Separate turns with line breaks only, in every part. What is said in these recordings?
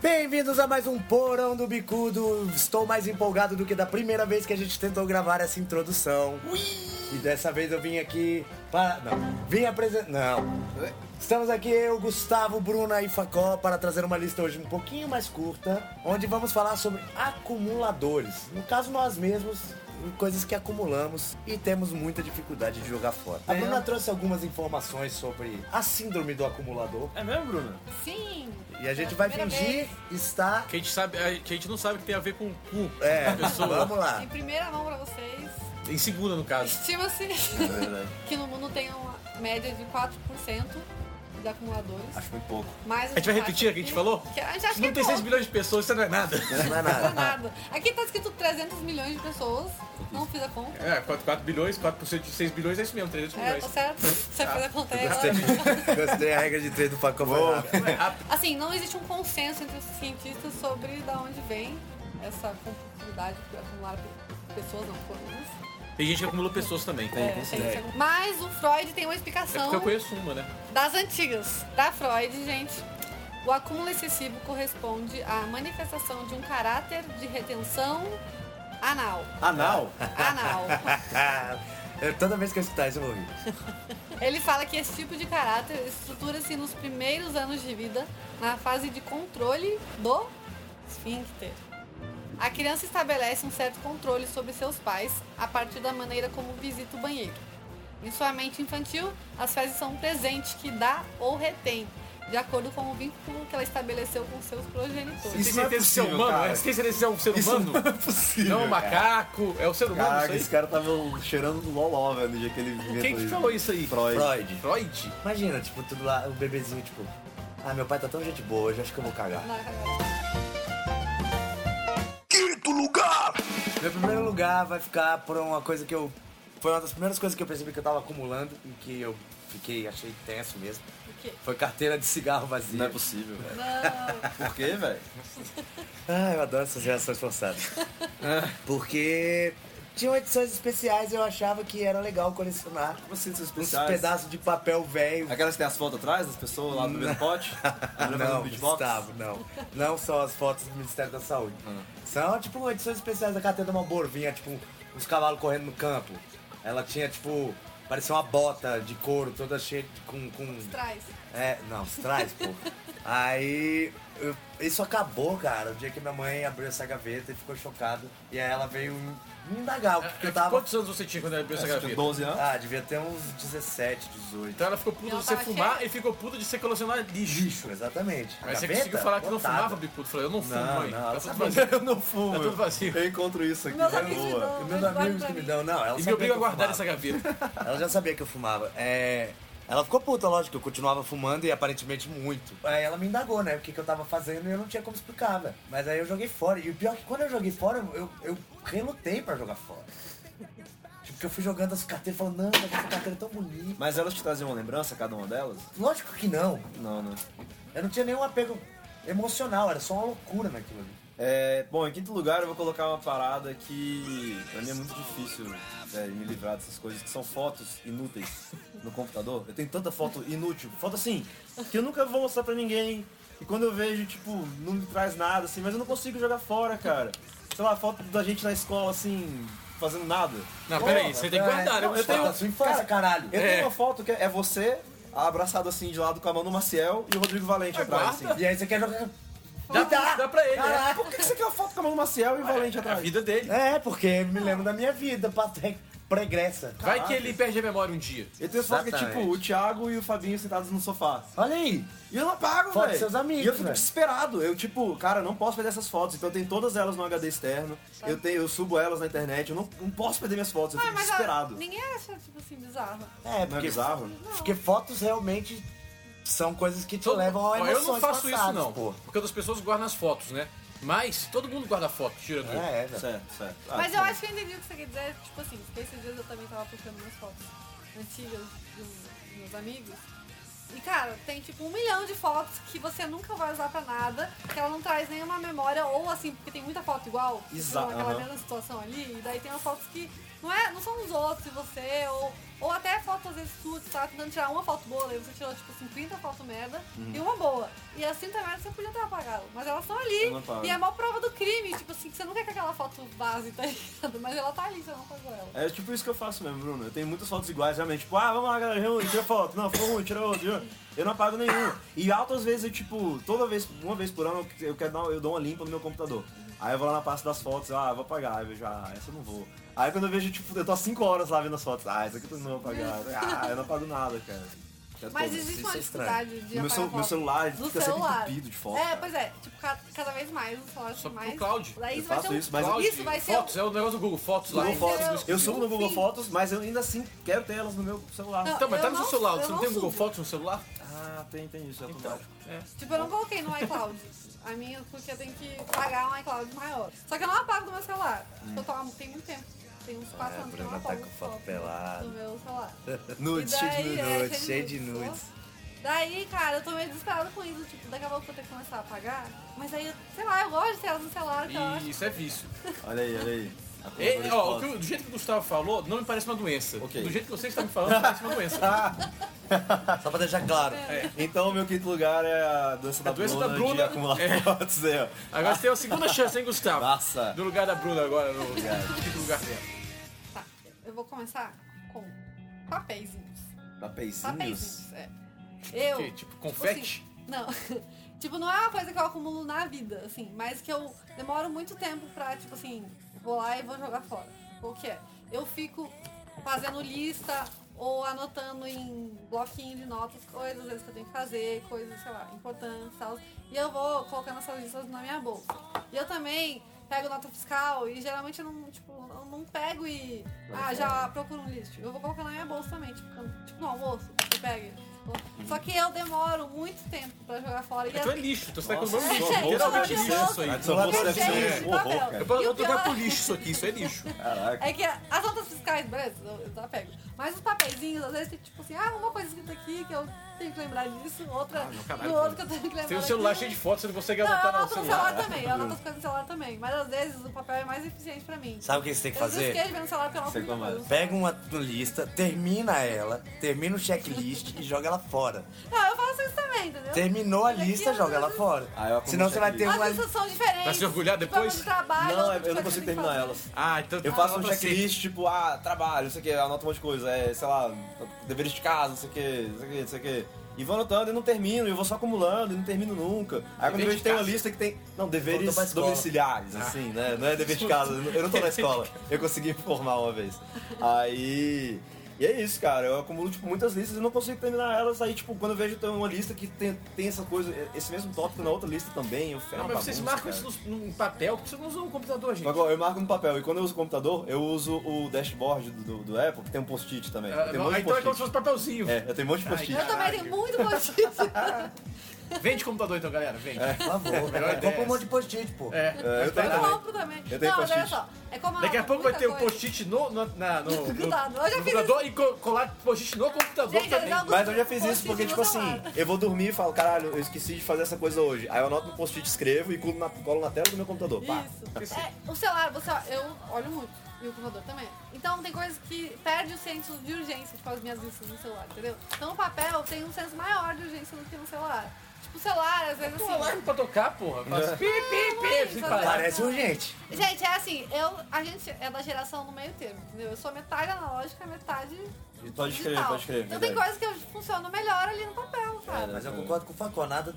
bem-vindos a mais um Porão do Bicudo. Estou mais empolgado do que da primeira vez que a gente tentou gravar essa introdução. E dessa vez eu vim aqui para. Não, vim apresentar. Não. Estamos aqui eu, Gustavo, Bruna e Facó para trazer uma lista hoje um pouquinho mais curta, onde vamos falar sobre acumuladores. No caso, nós mesmos, coisas que acumulamos e temos muita dificuldade de jogar fora. A
É.
Bruna trouxe algumas informações sobre a síndrome do acumulador.
É mesmo, Bruna?
Sim.
E a gente vai
Pela primeira
fingir
vez.
estar.
Que a gente, sabe, a- que a gente não sabe que tem a ver com o cu.
É,
da pessoa.
vamos lá.
Em primeira mão pra vocês,
Em segunda, no caso.
estima-se
É
que no mundo tem uma média de 4% de acumuladores.
Acho muito pouco.
Mas
A gente vai repetir o que a gente falou?
Que a gente acha que é
36
pouco.
milhões de pessoas, isso não é nada.
Não é
Não é
nada.
nada. Aqui tá escrito 300 milhões de pessoas. Não fiz a conta.
É, 4, 4 bilhões, 4% de 6 bilhões é Hum? isso mesmo, 300
É,
milhões.
tá certo? Você fez a conta aí
Ah, Gostei.
agora.
Gostei a regra de três do Paco Bernardo.
Assim, não existe um consenso entre os cientistas sobre da onde vem essa compulsividade de acumular pessoas, não coisas.
Tem gente que acumulou pessoas também.
É, tem que ser- Mas o Freud tem uma
É
explicação.
porque eu conheço uma, né?
Das antigas, da Freud, gente. O acúmulo excessivo corresponde à manifestação de um caráter de retenção anal.
Anal?
Anal.
É, Toda vez que eu escutar isso, eu vou ouvir.
Ele fala que esse tipo de caráter estrutura-se nos primeiros anos de vida, na fase de controle do esfíncter. A criança estabelece um certo controle sobre seus pais a partir da maneira como visita o banheiro. Em sua mente infantil, as fezes são um presente que dá ou retém, de acordo com o vínculo que ela estabeleceu com seus progenitores.
Tem
Isso não é
certeza se é
possível,
humano?
cara.
né? Você Tem certeza se é um ser
Isso
humano?
não é possível.
Não, é um macaco. É o ser humano
Caraca, esse
isso
cara
tá
tava cheirando
um
loló, velho, no dia que ele inventou
aí? Quem que
isso.
falou isso aí?
Freud.
Freud.
Freud?
Imagina, tipo, tudo lá, o bebezinho, tipo. Ah, meu pai tá tão gente boa hoje, acho que eu vou cagar.
Na-
Meu primeiro lugar vai ficar por uma coisa que eu. Foi uma das primeiras coisas que eu percebi que eu tava acumulando e que eu fiquei, achei tenso mesmo.
O quê?
Foi carteira de cigarro vazia.
Não é possível, velho.
Não,
Por quê, velho?
Ah, eu adoro essas reações forçadas.
Ah.
Porque tinham edições especiais e eu achava que era legal colecionar
Como assim, esses
uns
especiais? Ah,
pedaços de papel velho. Ah,
Aquelas que tem as fotos atrás das pessoas lá no mesmo pote? A mulher fazendo
Não,
um beatbox?
Gustavo, não. Não são as fotos do Ministério da Saúde.
Ah.
São, tipo, edições especiais da carteira de uma borvinha, tipo, os cavalos correndo no campo. Ela tinha, tipo, parecia uma bota de couro toda cheia de, com... com...
traz.
É, não, os traz, pô. Aí, eu- isso acabou, cara, o dia que minha mãe abriu essa gaveta e ficou chocada. E aí ela veio me indagar, porque eu tava...
É, Quantos anos você tinha quando abriu essa
Você tinha
gaveta?
12 anos?
Ah, devia ter uns 17, 18.
Então ela ficou puta
E
de
ela
você
tava
fumar
cheia?
e ficou puta de você colecionar lixo.
Exatamente. A
Mas você
gaveta,
conseguiu falar que não
lotada.
fumava, Bicudo. Falou, eu não fumo,
Tá Não,
mãe.
não,
tá
ela
tudo
sabia.
vazio.
Eu não fumo.
Tá tudo vazio.
Eu encontro isso aqui,
Meus
na
amigos me
boa.
dão.
Meus
eles guardam
amigos
pra
que me
mim.
dão, não, ela
E me
sabia
obriga
que
a
eu
guardar essa
fumava.
gaveta.
Ela já sabia que eu fumava. É, Ela ficou puta, lógico, eu continuava fumando e aparentemente muito. Aí ela me indagou, né, o que, que eu tava fazendo e eu não tinha como explicar, velho. Mas aí eu joguei fora. E o pior é que quando eu joguei fora, eu, eu, eu relutei pra jogar fora. Tipo, que eu fui jogando as carteiras falando, não, mas essa carteira é tão bonita.
Mas elas te traziam uma lembrança, cada uma delas?
Lógico que não.
Não, né?
Eu não tinha nenhum apego emocional, era só uma loucura naquilo ali.
É, bom, em quinto lugar eu vou colocar uma parada que pra mim é muito difícil é, me livrar dessas coisas, que são fotos inúteis no computador. Eu tenho tanta foto inútil, foto assim, que eu nunca vou mostrar pra ninguém. E quando eu vejo, tipo, não me traz nada, assim, mas eu não consigo jogar fora, cara. Sei lá, foto da gente na escola, assim, fazendo nada.
Não,
Pô,
peraí, você
é,
tem que guardar. né? Eu,
não,
eu tenho.
Da tá sua infância, caralho.
Eu
É.
tenho uma foto que é você abraçado assim de lado com a mão do Maciel e o Rodrigo Valente atrás,
né?
assim.
E aí você quer jogar.
Dá, dá, pra ele. né?
Caralho.
Por que você quer uma foto com a mão do Maciel e o Valente
É a
atrás?
vida dele.
É, porque me lembro da minha vida, pra- pregressa.
Vai que ele perde a memória um dia.
Eu tenho foto que é tipo
Exatamente.
o Thiago e o Fabinho sentados no sofá.
Olha aí.
E eu não apago,
Foto
velho.
dos seus amigos,
E eu fico
velho.
desesperado. Eu, tipo, cara, não posso perder essas fotos. Então eu tenho todas elas no HD externo. Eu, tenho, eu subo elas na internet. Eu não, não posso perder minhas fotos. Eu
Ah,
fico
mas a-
desesperado.
ninguém acha, tipo assim, bizarro.
É,
Não é
porque,
bizarro?
porque fotos realmente são coisas que te
Todo-
levam
Ó,
a
eu
emoções
não faço isso,
passadas,
não.
pô.
Porque as pessoas guardam as fotos, né? Mas todo mundo guarda foto, tira tudo.
É, é, velho.
Certo, certo. Ah,
Mas eu
bom.
acho que eu entendi o que você quer dizer. Tipo assim, porque esses dias eu também tava procurando minhas fotos antigas dos dos meus amigos. E cara, tem tipo um milhão de fotos que você nunca vai usar pra nada, que ela não traz nenhuma memória, ou assim, porque tem muita foto igual, tipo,
Exato,
aquela
aham.
mesma situação ali, e daí tem umas fotos que não, é, não são os outros e você, ou Ou até foto, às vezes, sua que você tava tentando tirar uma foto boa, aí você tirou, tipo, 50 fotos merda
Uhum.
e uma boa. E as 30 merda você podia ter apagado. Mas elas estão ali.
Eu não apago.
E é a maior prova do crime. Tipo assim, que você não quer que aquela foto vaze, tá ligado? Mas ela tá ali, você não apagou ela.
É tipo isso que eu faço mesmo, Bruno. Eu tenho muitas fotos iguais, realmente. Tipo, ah, vamos lá, galera, reúne, tira foto. Não, ficou ruim, tira outro. tira- Eu não apago nenhum. E altas vezes eu, tipo, toda vez, uma vez por ano, eu, quero dar, eu dou uma limpa no meu computador. Aí eu vou lá na pasta das fotos, ah, vou apagar. Aí eu vejo, ah, essa eu não vou. Aí quando eu vejo, tipo, eu tô há 5 horas lá vendo as fotos. Ah, essa aqui eu não vou apagar. Ah, eu não apago nada, cara. Quero
Mas
todas.
existe
isso
uma
é
dificuldade de
Meu
apagar
cel-
foto.
meu celular
Do
fica sempre
celular.
entupido de foto,
É,
cara.
pois é. Tipo, ca- cada, vez mais o celular
Só
fica
pro
mais...
cloud.
Daí
Eu
isso vai
faço
ser um...
isso, mas-
Cloud,
Isso vai ser...
Fotos, é o negócio do Google Fotos lá.
Google
Mas
Fotos.
eu-
Eu sou no Google
Sim.
Fotos, mas eu ainda assim quero ter elas no meu celular.
Não.
Então, mas
Eu
tá no seu
não-
celular.
eu
Você não
não
tem o Google
subo.
Fotos no celular?
Ah, tem, tem isso, é automático.
Tipo, eu não coloquei no iCloud. A minha, porque eu tenho que pagar um iCloud maior. Só que eu não apago do meu celular.
Hum.
Tipo, eu tô há tem muito tempo. Tem uns 4
É,
anos que
o
eu não
Bruno tá
apago
com foto
foto
pelada.
do meu celular.
Nudes,
E
cheio de
daí, é,
nudes, cheio de
nudes,
nudes.
só. Daí, cara, eu tô meio desesperada com isso. Tipo, daqui a pouco eu vou ter que começar a apagar. Mas aí, sei lá, eu gosto de ter elas no celular, que eu acho.
E isso é vício.
Olha aí, olha aí. A
E,
cor
ó, o
cor-
que o- do jeito que o Gustavo falou, não me parece uma doença.
Ok.
Do jeito que você está me falando, parece uma doença.
Só pra deixar claro.
É.
Então, o meu quinto lugar é a doença da
A doença
Bruna,
da
de
Bruna.
acumular
É.
fotos aí, ó.
Agora você tem a segunda chance, hein, Gustavo?
Nossa.
Do lugar da Bruna agora, no quinto lugar dela.
Tá, eu vou começar com papeizinhos.
Papeizinhos.
Papeizinhos, é. Eu.
Que, tipo, confete?
assim, não. tipo, não é uma coisa que eu acumulo na vida, assim, mas que eu demoro muito tempo pra, tipo assim, vou lá e vou jogar fora. O que é? Eu fico fazendo lista ou anotando em bloquinho de notas coisas, às vezes que eu tenho que fazer, coisas, sei lá, importantes e tal. E eu vou colocando essas listas na minha bolsa. E eu também pego nota fiscal e geralmente eu não, tipo, eu não pego e. Ah, já procuro um lixo. Eu vou colocar na minha bolsa também, tipo, quando- tipo no almoço, você pega. Só que eu demoro muito tempo pra jogar fora. E
Então é
assim-
lixo, então você tá
Nossa,
comprando
sua
lixo.
bolsa
Literalmente
é
lixo
louca.
isso aí.
A sua bolsa
Porque
deve ser
gente,
um horror,
papel.
cara.
Eu posso
E o
eu tô
pior-
dando pro lixo isso aqui, isso é lixo.
Caraca.
É que as notas fiscais, beleza, eu, eu já pego. Mas os papeizinhos, às vezes tem tipo assim, ah, uma coisa escrita aqui que eu tenho que lembrar disso, outra
Ah, meu
do
caralho.
outro que eu tenho que lembrar.
Tem o celular
daquilo.
cheio de fotos, você não consegue
Não, eu
anotar
anoto
no
no celular
celular.
também, eu anoto as coisas no celular também. Mas às vezes o papel é mais eficiente pra mim.
Sabe o que você tem que
Eu às vezes
fazer?
esqueço de ver no celular porque eu não
Sei
fico
como é.
no celular.
Pega uma lista, termina ela, termina o checklist e joga ela fora.
Não, eu faço isso também, entendeu?
Terminou a
Então, Mas aqui, é
lista,
às
joga ela
vezes,
fora.
Ah, eu acumulo
Senão você vai ter um
checklist.
uma.
As listas são diferentes.
Vai se orgulhar
Tipo,
depois?
uma de trabalho,
Não,
outra de
eu
coisa
não
que
consigo
tem que fazer.
terminar elas.
Ah, então
Eu faço um checklist, tipo, ah, trabalho, não sei o que, anoto um monte de coisa, é, sei lá, deveres de casa, não sei o que, não sei o que, não sei o que. E vou anotando e não termino, e eu vou só acumulando e não termino nunca. Aí
Dever
quando eu
de
vejo tem uma
casa.
lista que tem. Não,
Voltou
deveres
pra escola.
domiciliares,
Ah.
assim, né? Não é dever de casa, eu não- eu não tô na escola. Eu consegui me formar uma vez. Aí. E é isso, cara. Eu acumulo, tipo, muitas listas e não consigo terminar elas. Aí, tipo, quando eu vejo tem uma lista que tem, tem essa coisa, esse mesmo tópico na outra lista também, eu ferro
Não, Ah, mas vocês marcam isso no- num papel, porque vocês não usam um computador, gente.
Agora, eu marco no papel e quando eu uso o computador, eu uso o dashboard do, do- do Apple, que tem um post-it também.
Ah,
eu tenho um
não,
monte de
então é como se
post-it.
fosse papelzinho.
É, eu tenho um monte de
Ai,
post-it.
Eu também tenho muito motivo.
Vende computador então, galera, vende.
Por favor,
Melhor ideia
compra um monte de post-it, pô.
É,
É, eu
Eu
também.
compro também.
Eu tenho
não, mas olha
post-it.
só. É como eu
Daqui a
anoto
pouco vai ter
muita
o
coisa.
post-it no, no, na- no, no-
Grudado. Eu já
no
fiz
computador e co- colar post-it no computador
Gente, eu
também.
já uso
Mas eu já fiz isso
post-it
porque,
do
tipo assim,
celular.
eu vou dormir e falo, caralho, eu esqueci de fazer essa coisa hoje. Aí eu anoto no post-it, escrevo e colo na, colo na tela do meu computador. Pá.
Isso. É, o celular, você, eu olho muito. E o computador também. Então tem coisas que perde o senso de urgência, tipo as minhas listas no celular, entendeu? Então o papel tem um senso maior de urgência do que no celular. Tipo, o celular, às vezes
Tem um
assim.
alarme pra tocar, porra. Faz pi, pi, pi,
isso
sem
não
parar.
Parece urgente.
Gente, é assim, eu, a gente é da geração no meio termo, entendeu? Eu sou metade analógica, metade.
Pode escrever,
digital.
pode escrever.
Então tem
verdade.
coisas
É.
que eu funciono melhor ali no papel, cara.
Mas eu concordo com o Facó, nada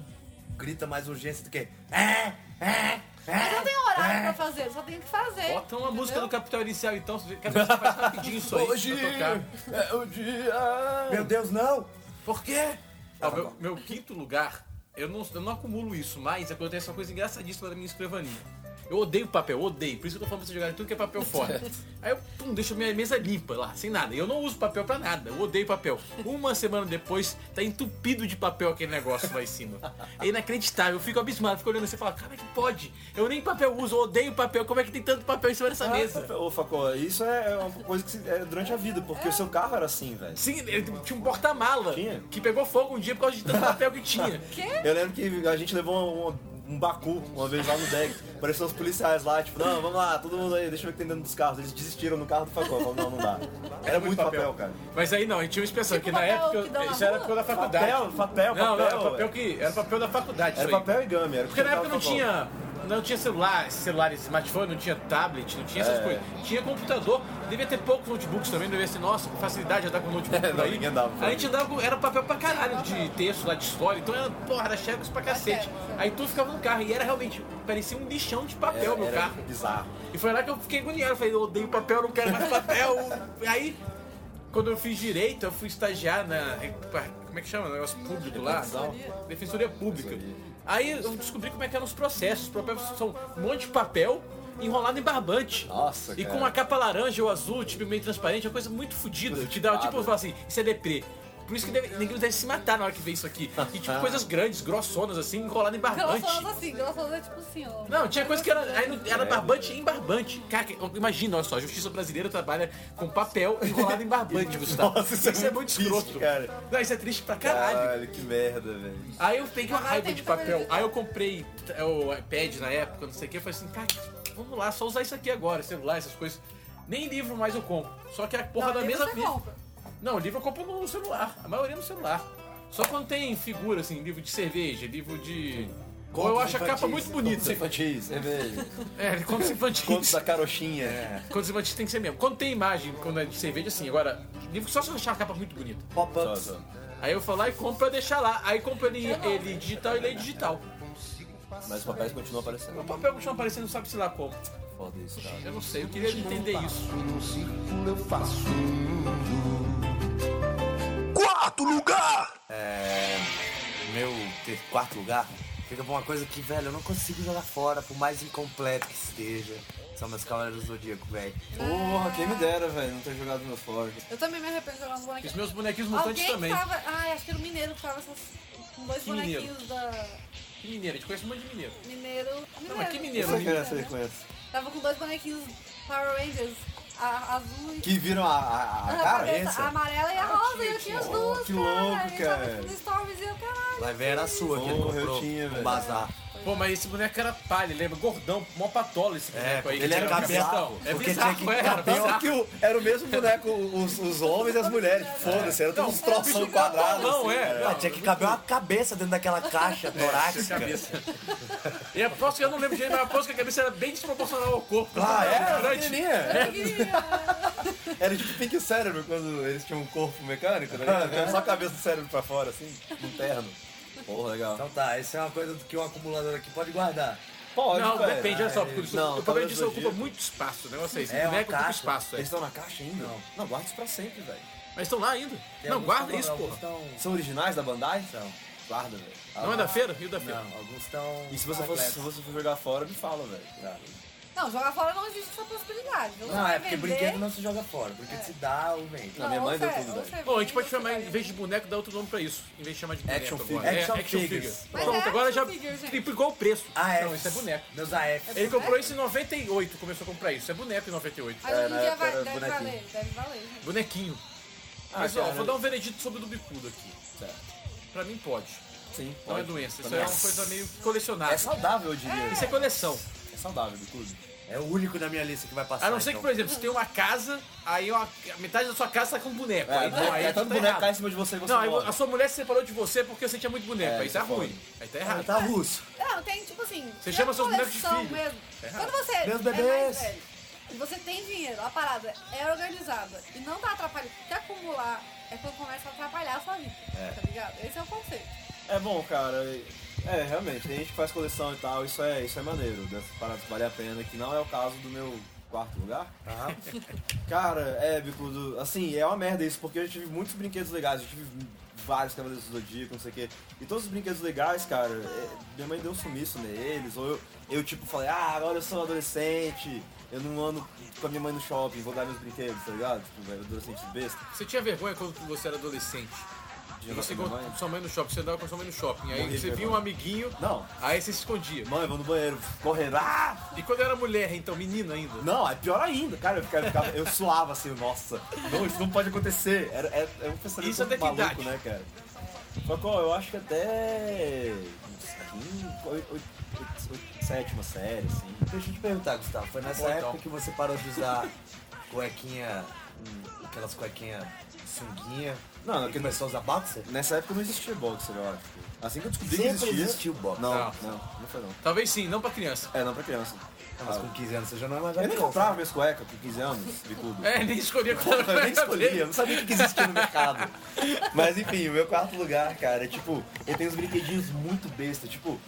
grita mais urgência do que. É, é,
Mas eu não
é.
tenho horário pra fazer, eu só tenho que fazer.
Bota uma música do
entendeu?
Capital Inicial então, cada vez você faz rapidinho isso aí
Hoje
pra tocar.
é o dia.
Meu Deus, não!
Por quê? Ó, meu, meu quinto lugar, eu não, eu não acumulo isso, mas acontece uma coisa engraçadíssima na minha escrivaninha. Eu odeio papel, eu odeio. Por isso que eu tô falando pra você jogar tudo que é papel fora. Aí eu pum, deixo minha mesa limpa lá, sem nada. Eu não uso papel pra nada, eu odeio papel. Uma semana depois, tá entupido de papel aquele negócio lá em cima. É inacreditável, eu fico abismado, fico olhando assim e falo, como é que pode? Eu nem papel uso, eu odeio papel. Como é que tem tanto papel em cima dessa mesa?
Ah, Ô, Facó, isso é uma coisa que se- é durante a vida, porque o seu carro era assim, velho.
Sim, ele tinha um porta-mala
Tinha?
que pegou fogo um dia por causa de tanto papel que tinha.
Quê?
Eu lembro que a gente levou uma um Baku uma vez lá no deck. Apareceu os policiais lá, tipo, não, vamos lá, todo mundo aí, deixa eu ver o que tem dentro dos carros. Eles desistiram no carro do Facol. Falaram, não, não dá. Era muito papel, cara.
Mas aí não, a gente tinha uma expressão,
Tipo
que na
papel
época.
que dão na
isso era
rua?
papel da faculdade.
Papel,
não,
papel,
não, era
papel.
papel que. Era papel da faculdade.
Era
isso aí.
papel e gama, era o que
Porque na época não
tava no
tinha. Não tinha celular, celular, smartphone, não tinha tablet, não tinha essas
É.
coisas. Tinha computador, devia ter poucos notebooks também, devia ser nossa, facilidade de andar com um notebook
É,
por
não,
aí.
ninguém andava por
a
aí.
gente andava com, era papel pra caralho de texto lá de história, então era porra, era xerox pra cacete.
xerox, é.
Aí tu ficava no carro e era realmente, parecia um lixão de papel
Era-
meu
É, era
carro.
Bizarro.
E foi lá que eu fiquei agoniado. Falei, eu odeio papel, não quero mais papel. Aí, quando eu fiz direito, eu fui estagiar na. Como é que chama? Negócio público lá?
Defensoria.
Defensoria Pública. Aí eu descobri como é que eram os processos. Os processos são um monte de papel enrolado em barbante.
Nossa,
E
cara.
com uma capa laranja ou azul, tipo meio transparente, é uma coisa muito fodida. Te dá, tipo, eu falo assim, isso é deprê. Por isso que deve, ninguém deve se matar na hora que vê isso aqui. E tipo, coisas grandes, grossonas, assim, enrolado em barbante.
Grossoso assim, grossoso é tipo assim, ó.
Não, tinha coisa que era, aí não-
É.
era barbante em barbante. Cara, que- imagina, olha só, a justiça brasileira trabalha com papel enrolado em barbante, Gustavo.
Nossa, isso é muito triste, cara.
Não, isso é triste pra caralho.
Caralho, que merda, velho.
Aí eu peguei uma
Agora
raiva
tem
de
que fazer
papel.
isso.
Aí eu comprei t- o iPad na época, não sei o que. Eu falei assim, cara, vamos lá, só usar isso aqui agora, celular, essas coisas. Nem livro mais eu compro. Só que a porra
Não,
da
livro
mesa.
você compra.
Não, livro eu compro no celular. A maioria no celular. Só quando tem figura, assim, livro de cerveja, livro de. Ou eu
Contos
acho a capa
infantis,
muito
Contos
bonita.
infantis, é mesmo.
É, contos infantis.
Contos da carochinha.
Quando você bate, tem que ser mesmo. Quando tem imagem, quando é de cerveja, assim. Agora, livro só se eu achar a capa muito bonita.
Só,
Pop-ups.
só.
Aí eu falo lá e compro pra deixar lá. Aí compro ele, ele digital e leio digital.
Mas os papéis continuam
O
aparecendo.
papel continua aparecendo, sabe-se lá como.
Foda isso, cara.
Eu não sei, eu queria entender isso.
Num círculo eu faço um mundo.
Quarto lugar!
É.
Meu ter- quarto lugar fica pra uma coisa que, velho, eu não consigo jogar fora, por mais incompleto que esteja. São meus cavaleiros do Zodíaco, velho.
Porra, quem me dera, velho, não ter jogado meu Forge.
Eu também me arrependo de jogar uns
Os
bonequinhos.
meus bonequinhos mutantes
Alguém tá- que
também.
tava. Ai, acho que era o mineiro que tava essas- com dois
Que
bonequinhos da.
Que Mineiro, a gente conhece um monte de mineiro.
Mineiro.
Não, mas que mineiro?
Essa criança aí
né?
conhece.
Tava com dois bonequinhos Power Rangers, a- azul e.
Que viram a, a, a
Ah,
a
cara? é
cabeça,
essa?
a amarela e a rosa, e eu tinha as duas,
que
cara.
louco,
A gente
cara.
tava com os Storms e eu, caralho.
Vai ver, era a sua que ele
Porra, eu
comprou.
tinha,
um
velho.
bazar.
Pô, mas esse boneco era palha, lembra? Gordão, mó patola esse
É,
boneco aí.
ele era cabeça.
cabeção. É
porque
bizarro,
tinha que
era
cabeça
bizarro.
que o-
Era o mesmo boneco, os, os homens e as mulheres. Foda-se, era
Não,
todos uns troços
bicho
quadrados.
Não,
assim,
é.
cara.
Ah, tinha que caber uma cabeça dentro daquela
É,
caixa torácica.
E aposto que eu não lembro direito, mas aposto que a cabeça era bem desproporcional ao corpo.
Ah, é?
Era
Grande.
pequenininha.
Ih,
Era tipo Pink Cérebro, quando eles tinham um corpo mecânico, né? Era Só a cabeça do cérebro pra fora, assim, um terno. Porra, legal.
Então tá, essa é uma coisa que um acumulador aqui pode guardar.
Pode,
não,
velho.
depende, olha só, porque isso-
Não,
o problema
talvez
disso
hoje em
ocupa
dia-
muito espaço, o negócio é esse.
É, uma
boneco ocupa
caixa.
espaço, é.
Eles estão na caixa ainda?
Não.
Não, guarda isso pra sempre, velho.
Mas estão lá ainda.
Tem
não,
alguns
guarda
tão-
isso,
alguns
porra.
tão-
São originais da Bandai? São. Guarda, velho. Ah,
Não é da feira? Rio da feira.
Não, alguns estão.
E se você, fosse, se você for jogar fora, me fala, velho.
Não, jogar fora não existe essa possibilidade.
Ah,
Não,
Não,
vai
é porque
vender.
brinquedo não se joga fora, porque se dá ou vende.
Não, minha mãe
ou
deu
você-
tudo, né?
ou
velho.
você
Bom, a gente
vende,
pode
ou você
chamar, em
vai
vez de boneco, dar outro nome pra isso. Em vez de chamar de boneco
Action
agora.
figures.
É,
Action
action,
figures.
figures.
Mas
Pronto,
é
agora
action
já
figures, gente.
triplicou o preço.
AF.
Não, isso é boneco.
Ah, Meus
É
AF.
Ele comprou isso em 98, começou a comprar isso. Isso é boneco em 98.
Mas hoje
É,
em um dia
na
vai,
época
deve
era
valer, deve valer. gente.
Bonequinho.
Ah,
Mas, ó,
cara.
vou dar um veredito sobre o do bicudo aqui.
Certo.
Pra mim, pode.
Sim.
Não é
pode.
doença. Isso
Também
é uma coisa meio colecionável.
É saudável, eu diria.
Isso é coleção.
É saudável, do clube.
É o único na minha lista que vai passar.
A não ser que,
então.
por exemplo, você tem uma casa, aí uma- a metade da sua casa tá com boneco.
É,
aí, não, aí
é,
tá
tanto boneco
errado.
cai em cima de você e você
Não, aí
morre.
a sua mulher se separou de você porque você tinha muito boneco.
É,
aí tá
isso é
ruim.
foda.
Aí tá
Ah,
errado.
Tá russo.
Não, tem tipo assim.
Você
na
chama seus bonecos de
coleção
filho.
Mesmo. Quando você
Meus
é
bebês.
mais velho, você tem dinheiro, a parada é organizada e não tá atrapalhando. Porque acumular é quando começa a atrapalhar a sua vida. Tá ligado? Esse é o conceito.
É bom, cara. É, realmente, tem gente que faz coleção e tal, isso é, isso é maneiro, dessas paradas que vale a pena, que não é o caso do meu quarto lugar.
Tá.
Cara, é, Bicudo, assim, é uma merda isso, porque eu já tive muitos brinquedos legais, eu tive vários Cavaleiros do Zodíaco, não sei o quê. E todos os brinquedos legais, cara, é, minha mãe deu um sumiço neles, ou eu, eu tipo falei, ah, agora eu sou adolescente, eu não ando com a minha mãe no shopping, vou dar meus brinquedos, tá ligado? Tipo, velho, adolescente besta.
Você tinha vergonha quando você era adolescente?
de
E
andar
você
com a minha
encontrou
mãe.
sua mãe no shopping, você andava com sua mãe no shopping, aí
Morri de
você via um
vergonha.
amiguinho,
Não,
aí você se escondia.
mãe, eu vou no banheiro, correndo, ah!
E quando era mulher, então, menina ainda?
Não, é pior ainda, cara. Eu, ficava, eu ficava- eu suava assim, nossa, não, isso não pode acontecer. Era, é, é um pensamento
Isso até que
maluco,
idade?
né, cara? Só que, ó, eu acho que até. uns 15, oi- oi- sétima série, assim.
Deixa eu te perguntar, Gustavo, foi nessa
Pô, então.
época que você parou de usar cuequinha, hum, aquelas cuequinhas sunguinha
Não,
e
naquele-
começou a usar boxer?
Nessa época não existia boxer, eu acho. Assim que eu descobri
Sempre
que existia.
existiu boxer.
Não,
Não.
não, não foi não.
Talvez sim, não pra criança.
É, não pra criança.
Ah, mas com 15 anos você já não é mais
eu nem
criança.
comprava minhas cuecas com 15 anos, bicudo.
É, nem escolhia qual era
Eu
a
nem escolhia, eu não sabia o que existia no mercado. Mas enfim, o meu quarto lugar, cara, é tipo, ele tem uns brinquedinhos muito besta, tipo.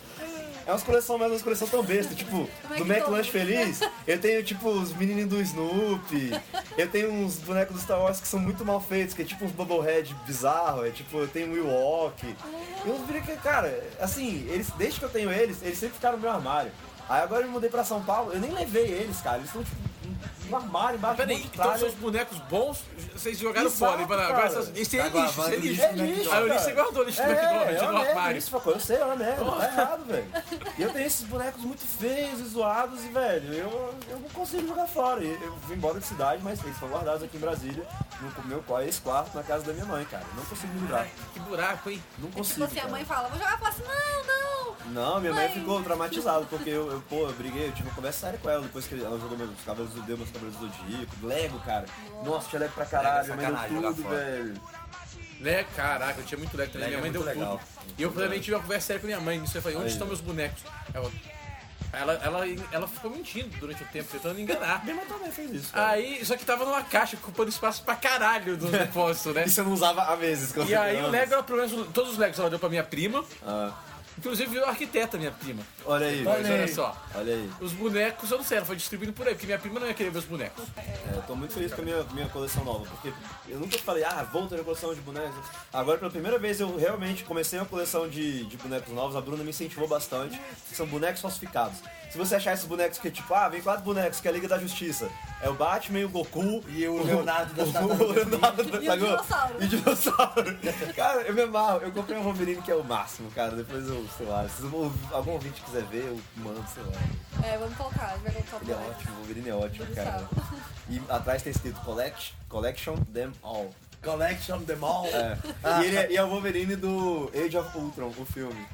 É umas coleções, mas umas coleções tão besta, tipo, do Mac Lunch Feliz, eu tenho, tipo, os menininhos do Snoopy, eu tenho uns bonecos do Star Wars que são muito mal feitos, que é tipo uns Bubblehead bizarro, é tipo, eu tenho um Ewok. E uns brinquedos, cara, assim, eles, desde que eu tenho eles, eles sempre ficaram no meu armário. Aí agora eu me mudei pra São Paulo, eu nem levei eles, cara, eles estão, tipo, no armário, embaixo do
Peraí,
de
então
tralha.
seus bonecos bons, vocês jogaram
Exato,
fora. e falaram,
cara.
Agora essas- esse é
Tá
lixo,
guardado no
esse é lixo.
lixo.
É lixo,
Aí eu li,
cara.
você guardou o lixo do
é,
McDonald's
é
no
uma merda,
armário.
isso, Facó, eu sei, é uma merda, tá errado, velho. E eu tenho esses bonecos muito feios e zoados, e, velho, eu, eu não consigo jogar fora. E Eu vim embora da cidade, mas eles foram guardados aqui em Brasília, no meu qual é esse quarto, na casa da minha mãe, cara. Não consigo me livrar,
Que buraco, hein?
não
Tipo
consigo,
assim, a
cara.
mãe fala, vou jogar fora assim, não, não.
Não, minha mãe
Mãe.
ficou traumatizada, porque eu, eu, pô, eu briguei, eu tive uma conversa séria com ela, depois que ela jogou meus os cabelos do Deus, meus cabelos do Dico, Lego, cara. Nossa, tinha Lego pra caralho,
Lego é
minha mãe
sacanagem
deu
jogar
tudo,
fora.
velho.
Né, caraca, eu tinha muito leque também. Minha
Leque
mãe
é
deu
muito legal.
tudo. E eu também tive uma conversa séria com minha mãe. nisso. Eu falei, onde
Aí.
estão meus bonecos? Ela, ela, ela, ela ficou mentindo durante o tempo, tentando enganar.
Minha mãe também fez isso, cara.
Aí, só que tava numa caixa, ocupando espaço pra caralho do depósito, né?
E você não usava há meses. quando
E
é
você
aí
era
o Lego, ela, pelo menos, todos os Legos ela deu pra minha prima.
Ah,
Inclusive virou arquiteta minha prima.
olha aí,
Mas
velho.
olha só.
Olha aí.
Os bonecos, eu não sei, ela foi distribuindo por aí, porque minha prima não ia querer ver os bonecos.
É, eu tô muito feliz com a minha, minha coleção nova, porque eu nunca falei, ah, vou ter a coleção de bonecos. Agora, pela primeira vez, eu realmente comecei uma coleção de, de bonecos novos. A Bruna me incentivou bastante, que são bonecos falsificados. Se você achar esses bonecos que, tipo, ah, vem quatro bonecos, que é a Liga da Justiça. É o Batman, o Goku
E o Leonardo das
o
Tartarugas
Leonardo
E
da
o dinossauro.
E o dinossauro. Cara, eu me amarro. Eu comprei um Wolverine que é o máximo, cara. Depois eu, sei lá, se algum ouvinte quiser ver, eu mando, sei lá.
É, vamos colocar, a gente vai colocar o
Ele é
boneco.
ótimo, o Wolverine é ótimo,
Ele
cara.
sabe.
E atrás tem escrito collect, Collection Them All.
Collection them all.
É. E, ele é, e é o Wolverine do Age of Ultron, o filme.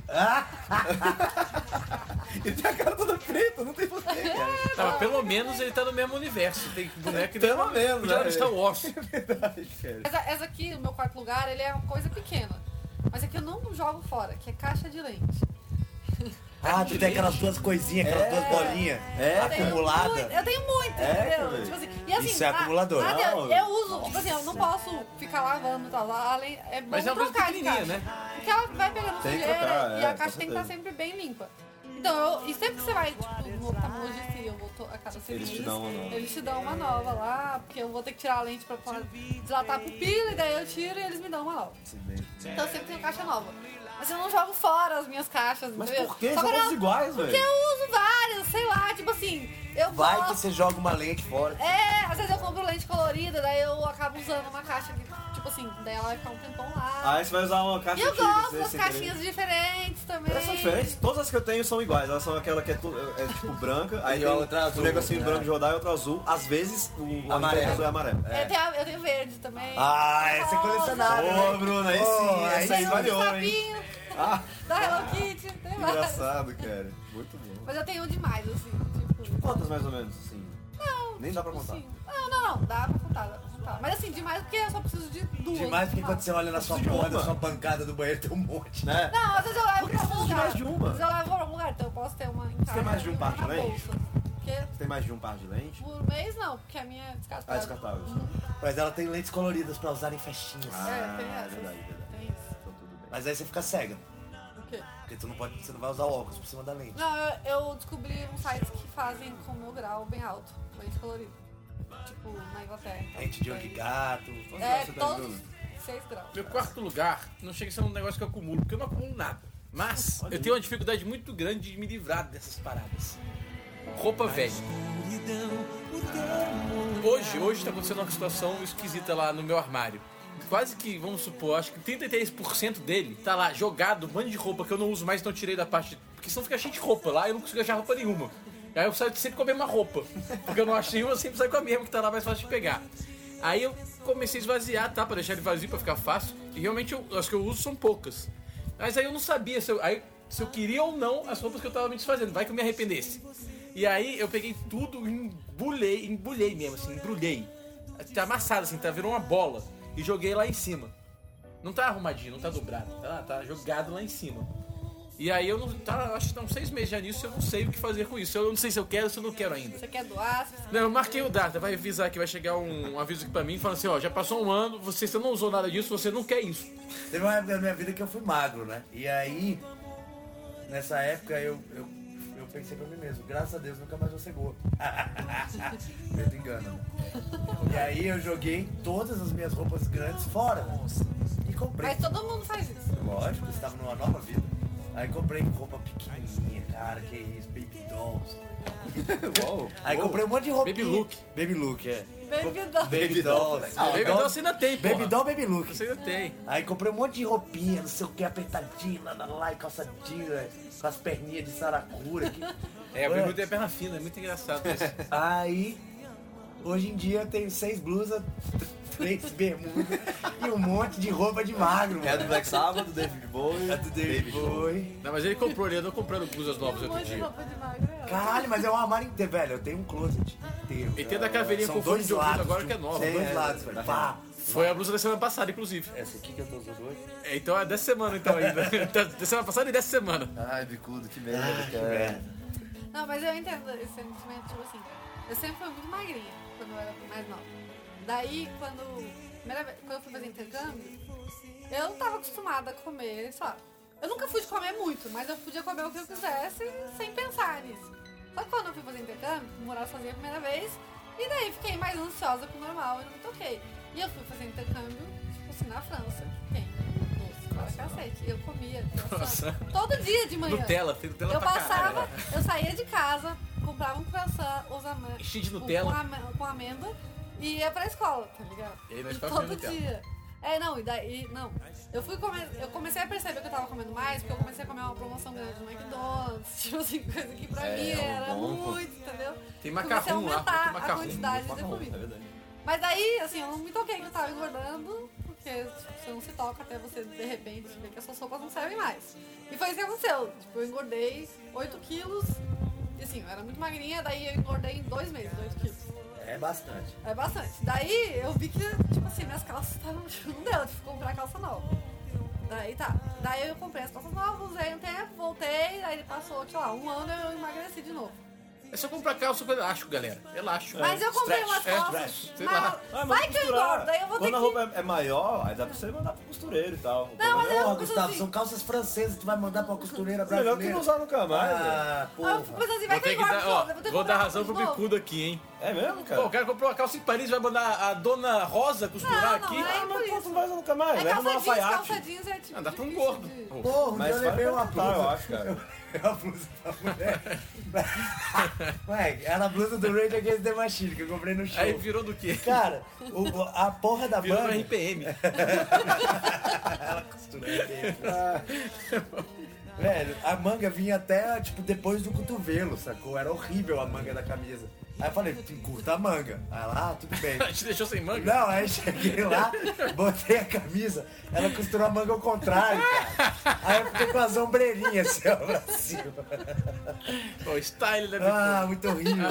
ele tem a cara toda preta, não tem porquê, cara.
Tá, mas pelo menos ele tá no mesmo universo. Tem boneco
Pelo
dentro-
menos,
Podia
né?
no é Star Wars.
Verdade, cara.
Essa, essa aqui, o meu quarto lugar, ele é uma coisa pequena. Mas é que eu não jogo fora, que é caixa de lente.
Ah, tu tem aquelas duas coisinhas, aquelas duas bolinhas
É,
Eu tenho
acumulada.
muito- Eu tenho muito,
É,
entendeu?
cara.
Tipo assim, e assim,
Isso é acumulador.
nada, eu-
Não.
eu uso, tipo assim, eu não posso ficar lavando e tal. Além, é bom
Mas é uma coisa
trocar de caixa.
pequenininha, né?
Porque ela vai pegando
Tem que
sujeira
trocar,
e
é,
a
com
caixa tem que estar
certeza.
sempre bem limpa. Então, eu, e sempre que você vai, tipo, no oftalmologista e eu vou to- a cada seis
Eles te
meses,
dão uma nova.
eles te dão uma nova lá, porque eu vou ter que tirar a lente pra pra dilatar a pupila, e daí eu tiro e eles me dão uma nova.
Se bem-
Então eu sempre tenho caixa nova. Mas eu não jogo fora as minhas caixas,
Mas
entendeu?
por que?
Só
São
quando
todos
eu-
iguais,
Porque
velho.
eu uso várias, sei lá, tipo assim, eu
Vai que
gosto-
você joga uma lente fora.
É, às vezes eu compro lente colorida, daí eu acabo usando uma caixa que, tipo assim, daí ela vai ficar um tempão lá.
Aí você Ah, vai usar uma
e
caixa
eu
Tigres,
gosto
né,
das
sem querer.
caixinhas diferentes também.
Elas são diferentes, todas as que eu tenho são iguais. Elas são aquela que é, tu- é, tipo branca, aí
E
tem
a outra
um
azul,
negocinho
né?
branco de rodar e outra azul. Às vezes o
Amarelo.
azul é amarelo.
Eu, tenho, a- eu tenho verde também.
Ah, essa é colecionável.
Ô, Bruno, aí
Ô,
sim,
aí
essa né? aí
Tem um
valeu, hein?
sapinho
Ah,
da Hello Kitty, tem várias.
engraçado, cara. Muito bom.
Mas eu tenho demais, assim, tipo...
Quantas mais ou menos, assim?
Não,
Nem dá pra contar.
assim, Não, não, não, dá pra contar, dá pra contar. Mas assim, demais porque eu só preciso de duas.
Demais porque
no
quando você
máximo.
olha na sua
Preciso de
porta,
uma.
sua pancada do banheiro tem um monte, né?
Né?
Não, às vezes eu levo
Por que
pra
você
algum
usa
lugar.
mais de uma?
Às vezes eu levo pra algum lugar, então eu posso ter uma em casa.
tem mais de um
e
par
uma
de
na
lente?
bolsa. Porque tipo,
Tem mais de um par de lente?
Por mês não, porque a minha é
Ah,
descartável.
descartáveis.
Mas ela tem lentes coloridas pra usar em festinhas.
Ah,
É, tem essas.
verdade, verdade.
Tem isso.
Então tudo bem.
Mas aí você fica cega,
O quê?
porque tu não pode, você não vai usar óculos por cima da lente.
Não, eu, eu descobri uns sites que fazem com meu grau bem alto, lente colorido. Tipo, na Inglaterra. então,
Lente de olho de
daí-
gato.
É,
Você tá
todos
ligando?
6 graus.
Meu quarto lugar não chega a ser um negócio que eu acumulo, porque eu não acumulo nada. Mas eu tenho uma dificuldade muito grande de me livrar dessas paradas. Roupa velha. Hoje, hoje tá acontecendo uma situação esquisita lá no meu armário. Quase que, vamos supor, acho que 33% dele tá lá jogado, um monte de roupa que eu não uso mais, então eu tirei da parte. Porque senão fica cheio de roupa lá e eu não consigo achar roupa nenhuma. Aí eu saio sempre com a mesma roupa. Porque eu não acho nenhuma, eu sempre saio com a mesma que tá lá mais fácil de pegar. Aí eu comecei a esvaziar, tá? Pra deixar ele vazio, pra ficar fácil. E realmente eu, as que eu uso são poucas. Mas aí eu não sabia se eu. Aí se eu queria ou não as roupas que eu tava me desfazendo. Vai que eu me arrependesse. E aí eu peguei tudo e embrulhei, embrulhei mesmo, assim, embrulhei. Tá amassado, assim, tá, virou uma bola. E joguei lá em cima. Não tá arrumadinho, não tá dobrado, tá, tá jogado lá em cima. E aí eu não. Tá, acho que tá uns seis meses já nisso, eu não sei o que fazer com isso. Eu não sei se eu quero ou se eu não quero ainda.
Você quer doar? Você
Não, eu marquei o data, vai avisar que vai chegar um, um aviso aqui pra mim falando assim, ó, já passou um ano, você, você não usou nada disso, você não quer isso.
Teve uma época da minha vida que eu fui magro, né? E aí, nessa época, eu, eu, eu pensei pra mim mesmo, graças a Deus, nunca mais vou ser gordo. Medo engano. né? E aí eu joguei todas as minhas roupas grandes fora. né? E comprei.
Mas todo mundo faz isso.
Lógico, eu estava numa nova vida. Aí comprei roupa pequenininha, cara, que isso, baby dolls.
Uou.
Aí comprei um monte de roupinha.
Baby look.
Baby look, é.
Baby doll.
Baby dolls.
Ah, baby doll você ainda tem, porra.
Baby doll, baby look.
Você ainda tem.
Aí comprei um monte de roupinha, não sei o que, apertadinha, lá, lá, lá, e calça jeans, né, com as perninhas de saracura aqui.
É, o Bilu tem a perna fina, é muito engraçado isso.
Aí, hoje em dia eu tenho seis blusas, três bermudas e um monte de roupa de magro,
É a do
mano.
Black Sabbath, do David Bowie.
É do David Bowie.
Não, mas ele comprou, ele andou comprando blusas novas
Um
outro
monte de
dia.
roupa de magro. é ótimo.
Caralho, mas é um armário inteiro, velho. Eu tenho um closet inteiro.
E tem da caveirinha
São
com fone
dois
de ouvido
lados.
agora
de-
que é nova.
São dois
É,
lados, velho.
tá
Pá.
Foi a blusa da semana passada, inclusive.
Essa aqui que eu tô usando hoje.
É, então é dessa semana, então, ainda. Da- da semana passada e dessa semana.
Ai, bicudo, que merda, cara.
velho.
Não, mas eu entendo esse sentimento, tipo assim. Eu sempre fui muito magrinha quando eu era mais nova. Daí, quando. Primeira vez, quando eu fui fazer intercâmbio, eu não tava acostumada a comer só. Eu nunca fui de comer muito, mas eu podia comer o que eu quisesse sem pensar nisso. Só que quando eu fui fazer intercâmbio, fui morar sozinha a primeira vez, e daí fiquei mais ansiosa que o normal, eu não me toquei. E eu fui fazer intercâmbio, tipo assim, na França, que tem doce pra cacete. E eu comia croissant todo dia de manhã.
Nutella, tem Nutella
Eu
pra
passava,
caralho. né?
eu saía de casa, comprava um croissant, os amêndoas.
Cheio de Nutella.
Com, ame- com amêndoa e ia pra escola, tá ligado?
E aí na escola
todo
comia Nutella.
dia. É, não, e daí, não. Eu fui come- eu comecei a perceber que eu tava comendo mais, porque eu comecei a comer uma promoção grande no McDonald's, tipo assim, coisa que pra
É,
mim
é um
era
bom-
muito, entendeu?
Tem
comecei a
macarrão lá,
aumentar
tem macarrão.
a quantidade de
Macarrão,
comida.
é verdade.
Mas daí, assim, eu não me toquei que eu tava engordando, porque tipo, você não se toca até você, de repente, ver que as suas roupas não servem mais. E foi isso que aconteceu. Tipo, eu engordei 8 quilos, e assim, eu era muito magrinha, daí eu engordei em dois meses, 8 quilos.
É bastante.
É bastante. Daí eu vi que, tipo assim, minhas calças estavam. Não deu, eu tive que comprar calça nova. Daí tá. Daí eu comprei as calças novas, usei um tempo, voltei, daí passou, sei lá, um ano eu emagreci de novo.
É só comprar calça com elástico, galera. Elástico.
Mas eu comprei umas
é,
calças.
sei lá.
mas
Ah, mas
vai que eu
costurar.
engordo, daí eu vou ter
Quando a
que. Ah,
roupa é- é maior, aí dá pra você mandar pro costureiro e tal. O problema
mas
é
eu-
Porra,
Não,
Gustavo,
assim-
são calças francesas, tu vai mandar pra uma costureira brasileira.
melhor que não usar nunca mais,
Ah,
Ah,
porra.
mas assim, vai
Vou
que eu
ter que
engordo
dar,
de
ó,
novo, eu vou ter que
vou dar
comprar
razão
de
pro
novo.
bicudo né? aqui, hein.
É mesmo,
Pô, o
cara?
cara comprou uma calça em Paris, vai mandar a dona Rosa costurar
Não, não,
aqui.
é
Ah, mas
por
pronto,
isso.
não vai usar nunca mais.
É
Leva
calça
uma
jeans, calça
alfaiate.
jeans é tipo.
Ah, dá pra um
difícil
gordo.
de-
Pô,
Porra, um dia
Mas
eu levei
vai
uma
tentar, eu
blusa.
acho, cara.
É a blusa da mulher. Moleque, era a blusa do Rage Against the Machine que eu comprei no show.
Aí virou do quê?
Cara, o- a porra da
Virou no
banda.
RPM.
Ela costura dentro. Ah. Velho, a manga vinha até, tipo, depois do cotovelo, sacou? Era horrível a manga da camisa. Aí eu falei, curta a manga. Aí lá, ah, tudo bem.
A gente deixou sem manga.
Não, aí cheguei lá, botei a camisa, ela costurou a manga ao contrário, cara. Aí eu fiquei com as ombreirinhas assim, ó, pra cima.
Pô, style da bicuda.
Ah, muito horrível.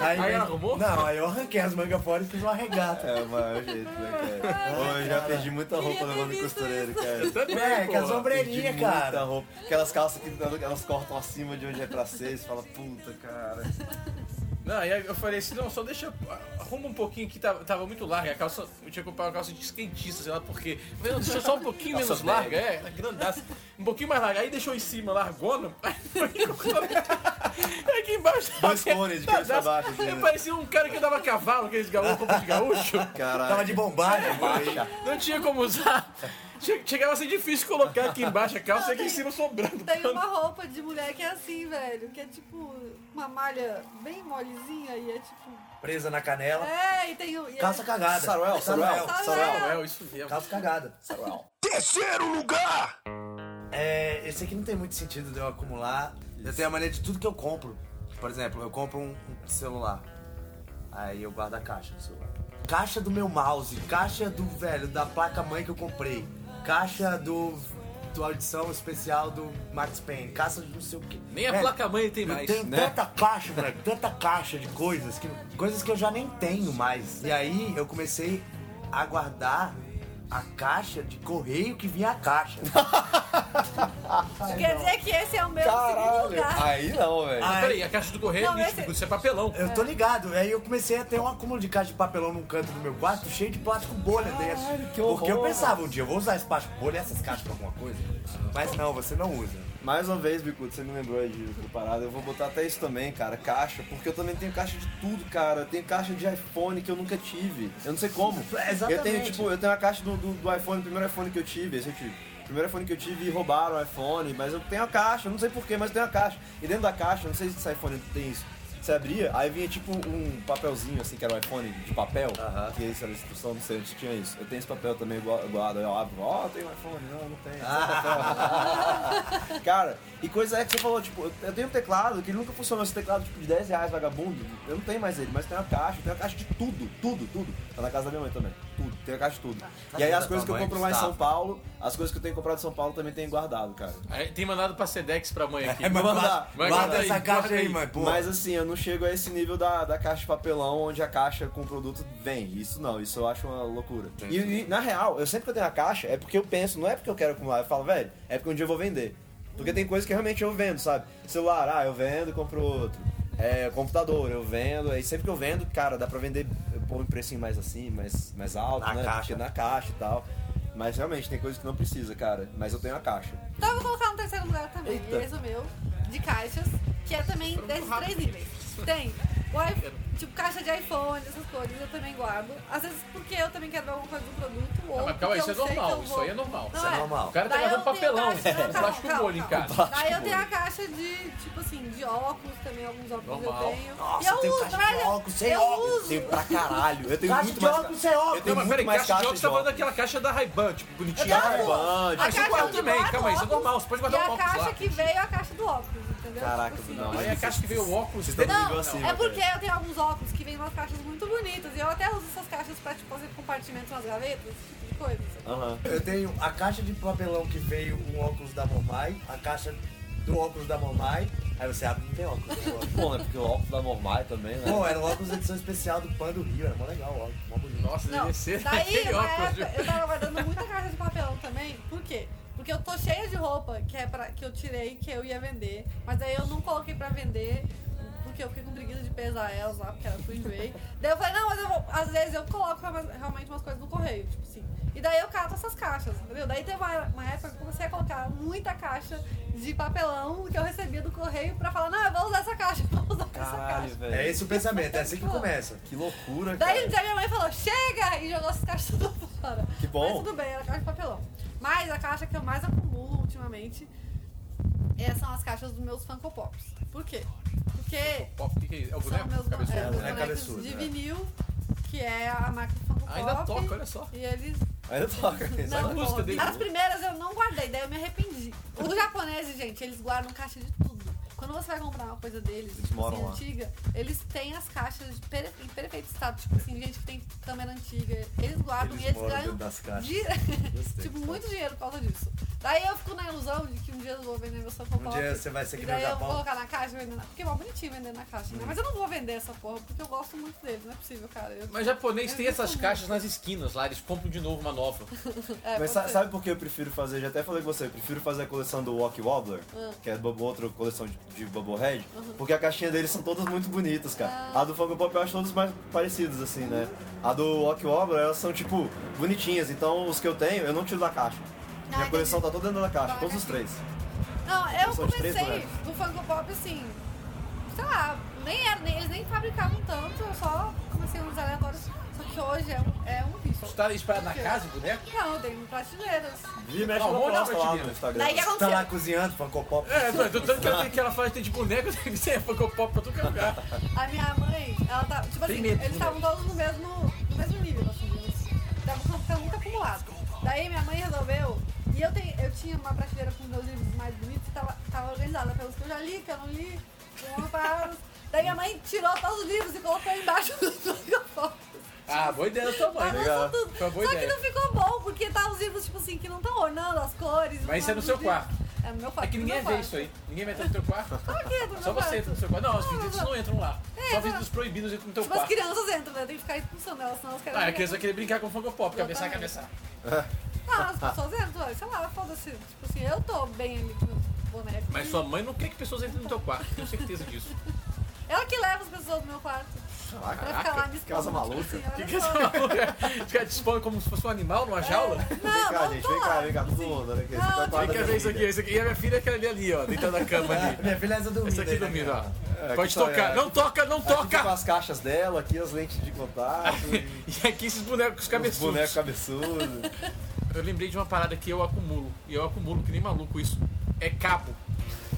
Aí,
ela arrumou?
Não, aí eu arranquei as mangas fora e fiz uma regata.
É o maior jeito, né, cara? Ô, eu já perdi muita roupa
Queria ter
levando em
visto
costureiro, cara.
Também,
É, com as
porra.
Perdi
ombreirinhas,
muita
cara.
roupa. Aquelas calças que elas cortam acima de onde é pra ser, você fala, puta, cara.
Não, e aí eu falei assim, não, só deixa. Arruma um pouquinho que tava, tava muito larga. A calça. Eu tinha que comprar uma calça de skatista, sei lá por quê. Eu falei, não, deixa só um pouquinho
Calça
menos
bag.
larga, é, era grandaça. Um pouquinho mais larga. Aí deixou em cima, largona. Aí foi Aí aqui embaixo tava.
Dois né? cones de cabeça
apertadaço.
baixa, assim,
Eu
né?
parecia um cara que dava cavalo, aqueles gaúchos, roupa de gaúcho.
Tava
Caralho.
de bombagem.
Baixa.
Não tinha como usar. Che- Chegava a ser difícil colocar aqui embaixo a calça e aqui em cima sobrando.
Tem uma roupa de mulher que é assim, velho. Que é tipo uma malha bem molezinha e é tipo.
Presa na
Ah.
canela.
É, e tem. o- E é-
Calça cagada.
Saruel, Saruel,
Saruel.
Saruel.
Samuel, é, isso mesmo.
Calça cagada.
Saruel.
É, esse aqui não tem muito sentido de eu acumular. Eu tenho a mania de tudo que eu compro. Por exemplo, eu compro um, um celular. Aí eu guardo a caixa do celular. Caixa do meu mouse, caixa do velho, da placa mãe que eu comprei. Caixa do do audição especial do Max Payne. Caça de não sei o quê.
Nem a
Velho,
placa-mãe tem
eu
mais.
tenho
né?
tanta caixa, velho, tanta caixa de coisas, que, coisas que eu já nem tenho mais. E aí eu comecei a guardar a caixa de correio que vinha a caixa.
Quer dizer que esse é o meu segundo
Caralho!
lugar.
Aí não, velho.
Ah,
Mas Peraí, a caixa do correio
Não,
bicho,
esse-
isso é papelão.
Eu tô ligado, aí eu comecei a ter um acúmulo de caixa de papelão num canto do meu quarto, cheio de plástico bolha dentro.
que horror.
Porque eu pensava um dia, eu vou usar esse plástico bolha e essas caixas pra alguma coisa. Mas não, você não usa.
Mais uma vez, Bicudo, você me lembrou aí de outra parada. Eu vou botar até isso também, cara. Caixa, porque eu também tenho caixa de tudo, cara. Eu tenho caixa de iPhone que eu nunca tive. Eu não sei como.
É, Exatamente.
Eu tenho, tipo, eu tenho a caixa do, do, do iPhone, o primeiro iPhone que eu tive, esse eu tive. O primeiro iPhone que eu tive e roubaram o iPhone, mas eu tenho a caixa, eu não sei porquê, mas eu tenho a caixa. E dentro da caixa, eu não sei se esse iPhone tem isso. Você abria, aí vinha tipo um papelzinho assim, que era o iPhone de papel,
Aham.
que esse era a instrução, não sei onde tinha isso. Eu tenho esse papel também guar- guardo, eu abro, ó, tem um iPhone, não, não tem.
Ah,
Cara, e coisa é que você falou, tipo, eu- eu tenho um teclado que nunca funcionou esse teclado tipo de 10 reais vagabundo. Eu não tenho mais ele, mas tem uma caixa, tem uma caixa de tudo, tudo, tudo. Tá na casa da minha mãe também. Tudo, tem a caixa de tudo. E aí
da
as
Ah, tá, tua
coisas que eu
mãe,
compro lá em São
Gustavo.
Paulo, as coisas que eu tenho comprado em São Paulo também tenho guardado, cara.
Aí Tem mandado pra Sedex pra mãe aqui.
É, mas
Guarda-
guarda,
guarda
guarda
aí,
essa caixa
guarda
aí,
aí.
mano. pô.
Mas assim, eu não chego a esse nível da, da caixa de papelão onde a caixa com o produto vem. Isso não, isso eu acho uma loucura. E, e, na real, eu sempre que eu tenho a caixa, é porque eu penso, não é porque eu quero acumular, eu falo, velho, é porque um dia eu vou vender. Porque tem coisa que realmente eu vendo, sabe? Celular, ah, eu vendo e compro outro. É, computador, eu vendo. Aí sempre que eu vendo, cara, dá pra vender, eu pôr um precinho mais assim, mais, mais alto,
Na
né?
caixa.
Porque na caixa e tal. Mas realmente tem coisa que não precisa, cara. Mas eu tenho a caixa.
Então eu vou colocar no terceiro lugar também.
Eita.
Esse é o meu, de caixas, que é também desses três níveis. Tem o iPhone, tipo caixa de iPhone, essas coisas, eu também guardo. Às vezes porque eu também quero ver alguma coisa do produto, ou
Não, mas
porque
calma aí,
eu
isso é
sei que eu
normal,
vou...
isso aí é normal.
Não
Isso é normal.
O cara tá
Daí eu
guardando
tenho
papelão,
caixa- não, calma,
plástico
calma,
bolha em
calma.
casa.
Daí eu tenho a caixa de, tipo assim, de óculos também, alguns óculos
Normal.
eu tenho.
Nossa,
e eu
tem
uso,
caixa
mas
de
eu-
óculos, sem
eu
óculos,
uso.
Tem pra caralho. Eu tenho
Caixa
muito
de
mais.
óculos
ca-
é óculos.
Eu
Não,
tenho
mas
muito
peraí,
mais
caixa de óculos,
de
você tá falando
óculos.
daquela caixa da Ray-Ban, tipo, bonitinha.
Eu tenho
Ray-Ban,
óculos.
Ah,
isso eu guardo
onde
também,
guarda
calma aí, isso é
óculos
normal, você pode guardar
e
um óculos
a caixa
lá.
que veio é a caixa do óculos, entendeu? Tipo assim,
Caraca, não,
é
Aí é a caixa que veio o óculos.
Vocês
todo-
tão-
Não,
Nível acima,
é porque eu tenho alguns óculos que vêm umas caixas muito bonitas. E eu até uso essas caixas pra tipo, fazer compartimentos nas gavetas, esse tipo de coisa. sabe?
Aham.
Eu tenho a caixa de papelão que veio com o óculos da mamãe, a caixa do óculos da mamãe, aí você abre e não tem óculos. tem óculos.
Bom, né? Porque o óculos da Mormai também, né?
Pô, era o óculos edição especial do Pan do Rio, era mó legal o óculos, mó bonito.
Nossa,
Não,
deve ser
daí
aquele
uma
óculos.
época
viu?
eu tava guardando muita caixa de papelão também. Por quê? Porque eu tô cheia de roupa que, é pra, que eu tirei, que eu ia vender. Mas aí eu não coloquei pra vender. Porque eu fiquei com preguiça de pesar elas lá, porque elas eu enjoei. daí eu falei, não, mas eu vou, às vezes eu coloco realme- realmente umas coisas no correio, tipo assim. E daí eu cato essas caixas, entendeu? Daí teve uma, uma época que eu comecei a colocar muita caixa de papelão que eu recebia do correio pra falar, não, eu vou usar essa caixa, eu vou usar essa
Caralho,
caixa.
velho.
É esse o pensamento, é assim que começa.
Que loucura,
Daí um
cara.
dia minha mãe falou, chega! E jogou essas caixas tudo fora.
Que bom.
Mas tudo bem, era caixa de papelão. Mas a caixa que eu mais acumulo ultimamente é, são as caixas dos meus Funko Pops. Por quê? Porque
Ó, o que que é isso? É o
são
boneco?
meus,
Cabeçudo?
é, meus
né? Cabeçudo,
bonecos de
né?
vinil, que é a marca Funko Pop.
Ainda toca, olha só.
E eles...
Ainda toca.
Essa é a
Não,
música
não,
dele.
né?
as primeiras eu não guardei, daí eu me arrependi. Os japoneses, gente, eles guardam caixa de tudo. Quando você vai comprar uma coisa deles,
Eles
tipo
moram
assim,
lá.
antiga, eles têm as caixas de pere- em perfeito estado. Tipo assim, gente que tem câmera antiga, eles guardam
Eles
e eles
moram
ganham
dentro das caixas.
dire-
Gostei.
tipo, muito dinheiro por causa disso. Daí eu fico na ilusão de que um dia eu vou vender meu Funko
Um
Pop.
dia você vai ser
E
que nem o
daí eu vou
Japão. Hum.
colocar na caixa, vender na... porque é mó bonitinho vender na caixa, né? Mas eu não vou vender essa porra, porque eu gosto muito deles, não é possível, cara. Eu...
Mas japonês
Eu
tem
vi
essas
isso
caixas nas esquinas lá, eles compram de novo uma nova.
É,
Mas
pode
sa-
ser.
sabe por que eu prefiro fazer? Já até falei com você, eu prefiro fazer a coleção do Walk Wobbler,
Ah.
que é bubble- outra coleção de, de Bubblehead, porque a caixinha deles são todas muito bonitas, cara.
Ah.
A do Funko Pop eu acho todas mais parecidas, assim, né? A do Walk Wobbler, elas são, tipo, bonitinhas, então os que eu tenho, eu não tiro da caixa. Minha
Ah,
coleção tá
entendi.
toda dentro da caixa,
Tá,
todos os
entendi.
três.
Não, eu
São os três
comecei
bonecos.
no Funko Pop assim, sei lá, nem era, nem- eles nem fabricavam tanto, eu só comecei a usar aleatórios. Só que hoje é um, é um
Você
bicho.
tá espalhado na casa o boneco?
Não, tem em prateleiras.
Vi mexe
Ah,
na
um monte de
proposta lá
prateleira.
no Instagram.
Daí o que
Tá lá
aconteceu?
cozinhando, Funko Pop.
É, não, tô tanto que ela, que ela faz tem de boneco, tem que ser Funko Pop pra todo lugar.
A minha mãe, ela tá. Tipo
Tem
assim,
medo,
eles
né?
estavam todos no mesmo, no mesmo nível, assim, eles estavam ficando muito acumulados. Daí minha mãe resolveu. E eu, tenho, eu tinha uma prateleira com meus livros mais bonitos e tava, tava organizada pelos que eu já li, que eu não li, que eu não parava. Daí minha mãe tirou todos os livros e colocou embaixo dos meus
Ah, boa ideia da sua mãe.
Bagunçou Tá tudo.
Foi uma boa
Só
ideia.
que não ficou bom, porque pintar os livros, tipo assim, que não estão ornando as cores.
Mas isso é no
os
seu
livros.
quarto.
É no meu quarto.
É que
no
ninguém
meu
vê
quarto.
isso aí. Ninguém vai entrar no teu quarto.
Claro que entra no
Só
meu
você
quarto.
entra no seu quarto. Não, os
Não,
visitantes
não.
não entram lá.
É,
Só
não.
visitantes proibidos entram no teu
Tipo, as
quarto.
crianças entram, né? Tem que ficar expulsando elas, senão elas querem.
Ah, a criança vai querer brincar com o Funko Pop, cabeçar,
Exatamente.
cabeçar.
Ah, as
tá.
pessoas entram, olha, sei lá, foda-se. Tipo assim, eu tô bem ali com meus bonecos.
Mas sua mãe não quer que pessoas entrem no teu quarto, tenho certeza disso.
Ela que leva as pessoas do meu quarto. pra ficar lá me
que casa
expondo,
maluca.
tipo assim, olha
Que que é
só.
essa maluca? Ficar dispondo como se fosse um animal
É.
numa jaula?
Não,
Vem cá,
não
gente,
tô
vem cá,
lá,
vem cá, todo
assim.
mundo. Olha aqui,
Não,
você tá
Vem cá ver isso aqui,
família.
isso aqui. E a minha filha é aquela ali, ali, ó, deitada na cama ali.
Minha filha é essa dormida.
Essa aqui
né,
dormindo,
cara?
ó.
É,
Pode
que só-
tocar.
é,
Não toca, não
Aqui fica com
toca!
as caixas dela, aqui as lentes de contato, e
E aqui esses bonecos
os
cabeçudos.
bonecos cabeçudos.
Eu lembrei de uma parada que eu acumulo. E eu acumulo que nem maluco isso. É cabo.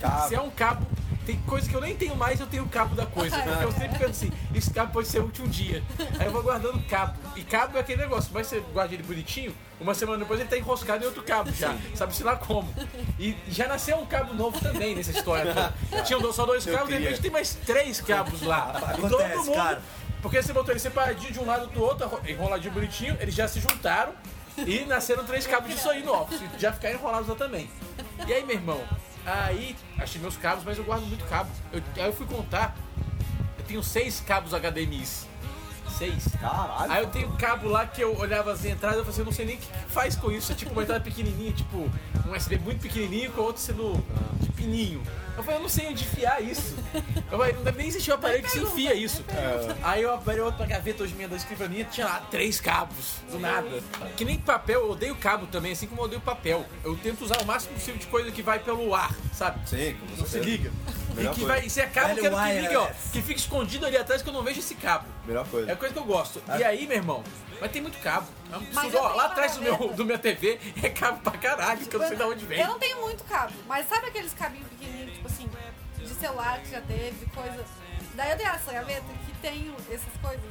Cabo.
Se é um cabo, tem coisa que eu nem tenho mais, eu tenho o cabo da coisa. Porque eu sempre penso assim, esse cabo pode ser útil um dia. Aí eu vou guardando cabo. E cabo é aquele negócio, mas você guarda ele bonitinho, uma semana depois ele tá enroscado em outro cabo já. Sabe-se lá como. E já nasceu um cabo novo também nessa história. toda. Tinham só dois
Eu
cabos, de
queria.
repente tem mais três cabos lá. E
Acontece,
todo mundo.
cara.
Porque você botou ele separadinho de um lado do outro, arro- enroladinho bonitinho, eles já se juntaram e nasceram três cabos disso aí novos. e Já ficaram enrolados lá também. E aí, meu irmão, aí achei meus cabos, mas eu guardo muito cabo. Eu, aí eu fui contar, eu tenho seis cabos HDMIs. Seis.
Caralho.
Aí eu tenho cabo lá que eu olhava as entradas e eu falei assim, eu não sei nem o que que faz com isso. É tipo uma entrada pequenininha, tipo um USB muito pequenininho com outro sendo de pininho. Eu falei, eu não sei onde enfiar isso. Eu falei, não deve nem existir um aparelho que se enfia isso. Aí eu abri outra gaveta hoje minha da escrivaninha, tinha lá três cabos, do nada. Que nem papel, eu odeio cabo também, assim como eu odeio papel. Eu tento usar o máximo possível de coisa que vai pelo ar, sabe?
Sim, com
Não se
certeza.
liga. E
Melhor
que
coisa.
vai, se é cabo,
Velho
quero que ligue, ó.
wireless.
Que fica escondido ali atrás que eu não vejo esse cabo.
Melhor coisa.
É a coisa que eu gosto. E aí, meu irmão, vai ter muito cabo. É um
Mas
absurdo.
eu
Ó,
tenho
lá
uma
atrás do meu,
gaveta.
do minha TV é cabo pra caralho, que eu não sei de onde vem.
Eu não tenho muito cabo, mas sabe aqueles cabinhos pequenininhos, tipo assim, de celular que já teve, de coisa. Daí eu tenho essa gaveta que tenho essas coisas.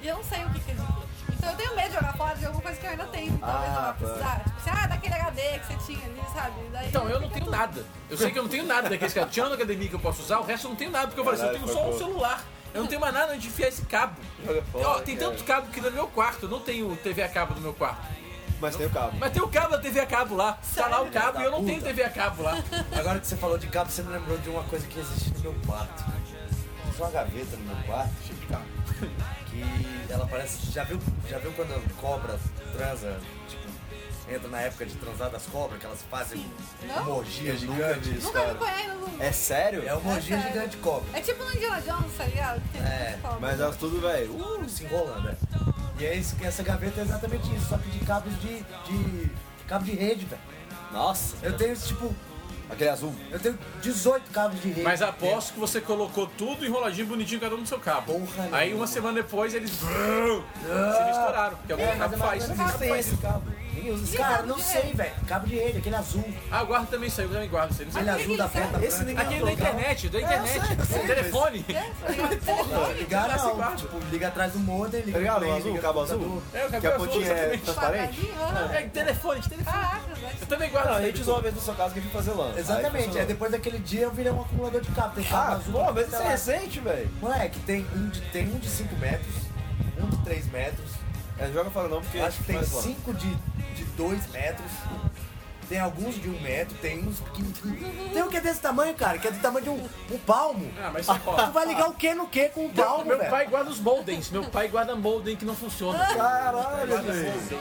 E eu não sei o que, que é de quê. Então eu tenho medo de jogar fora de alguma coisa que eu ainda tenho, que talvez eu vá
Ah, tá.
precisar. Tipo assim, ah, daquele HD que você tinha ali, sabe? Daí
Então, eu não
fica
tenho
tudo.
nada. Eu sei que eu não tenho nada daqueles cabos. Tirando a academia que eu posso usar, o resto eu não tenho nada, porque eu falei assim, eu
Caralho,
tenho só um
sacou.
celular. Eu não tenho mais nada onde enfiar esse cabo.
Joga fora, é.
Ó, tem
cara.
tanto cabo que no meu quarto, eu não tenho TV a cabo no meu quarto.
Mas tem o cabo.
Mas tem o cabo da TV a cabo lá. Tá lá o cabo e eu não tenho TV a cabo lá.
Agora que você falou de cabo, você me lembrou de uma coisa que existe no meu quarto. Tem uma gaveta no meu quarto, cheia de cabo. Que ela parece. Já viu, já viu quando a cobra transa? Tipo, entra na época de transar das cobras, que elas fazem
Não?
uma orgia
Nunca
gigante.
vi isso,
Nunca me
cara.
acompanhei no
É sério?
É uma orgia
É sério.
gigante de cobra.
É tipo no Indiana Jones, tá ligado? Que tem
É,
muita cobra.
Mas elas tudo, velho.
Uh, se enrolando, né? E é isso, que essa gaveta é exatamente isso, só que de cabos de. de cabo de rede, velho.
Nossa.
Eu tenho, tipo,
Aquele azul.
eu tenho 18 cabos de rede.
Mas aposto que você colocou tudo enroladinho, bonitinho, cada um no seu cabo.
Porra
Aí
nenhuma.
uma semana depois eles brum, se misturaram. Que algum
Mas
cabo
é
faz.
mais ou menos isso, tem esse cabo. Ninguém usa esse
E
Cara,
cabo
não
de
sei,
rede?
velho. Cabo de rede, aquele azul.
Ah, eu guardo também isso aí, eu também guardo isso aí. Não sei
Aquele
que
azul
que
da
isso é?
feta
Esse ninguém
Aquele da internet, da internet. telefone.
É, tá
Não,
ligado? Telefone,
ligar
Esse
não.
quarto.
Tipo, liga atrás do modem, liga
Tá ligado?
no
O
meio,
azul,
liga
o cabo
no
azul.
computador.
É, o
Que
cabelo
a
azul,
pontinha é
exatamente.
transparente.
quadradinho, aham.
É, telefone, de telefone.
Caraca, velho.
Eu também guardo
Não, a
isso aí,
gente usou uma vez no seu caso que a gente fazer lã.
Exatamente. É
Aí funcionou.
depois daquele dia eu virei um acumulador de cabo. Tem cabo
Ah,
azul.
pô,
cabo
mas isso é
amarelo.
recente, velho.
assim. Moleque, tem um de 5 tem um de cinco metros, um de 3 metros,
É, joga fora não, porque.
Eu acho que tem
faz lã.
5 de 2 metros. Tem alguns de um metro, tem uns pequenos. Tem um que é desse tamanho, cara, que é do tamanho de um, um palmo.
Ah, mas isso é
Tu
foda.
vai ligar o que no que com um palmo,
Meu
velho?
pai guarda os moldens. Meu pai guarda molden que não funciona.
Caralho,
Guarda
velho.
molden.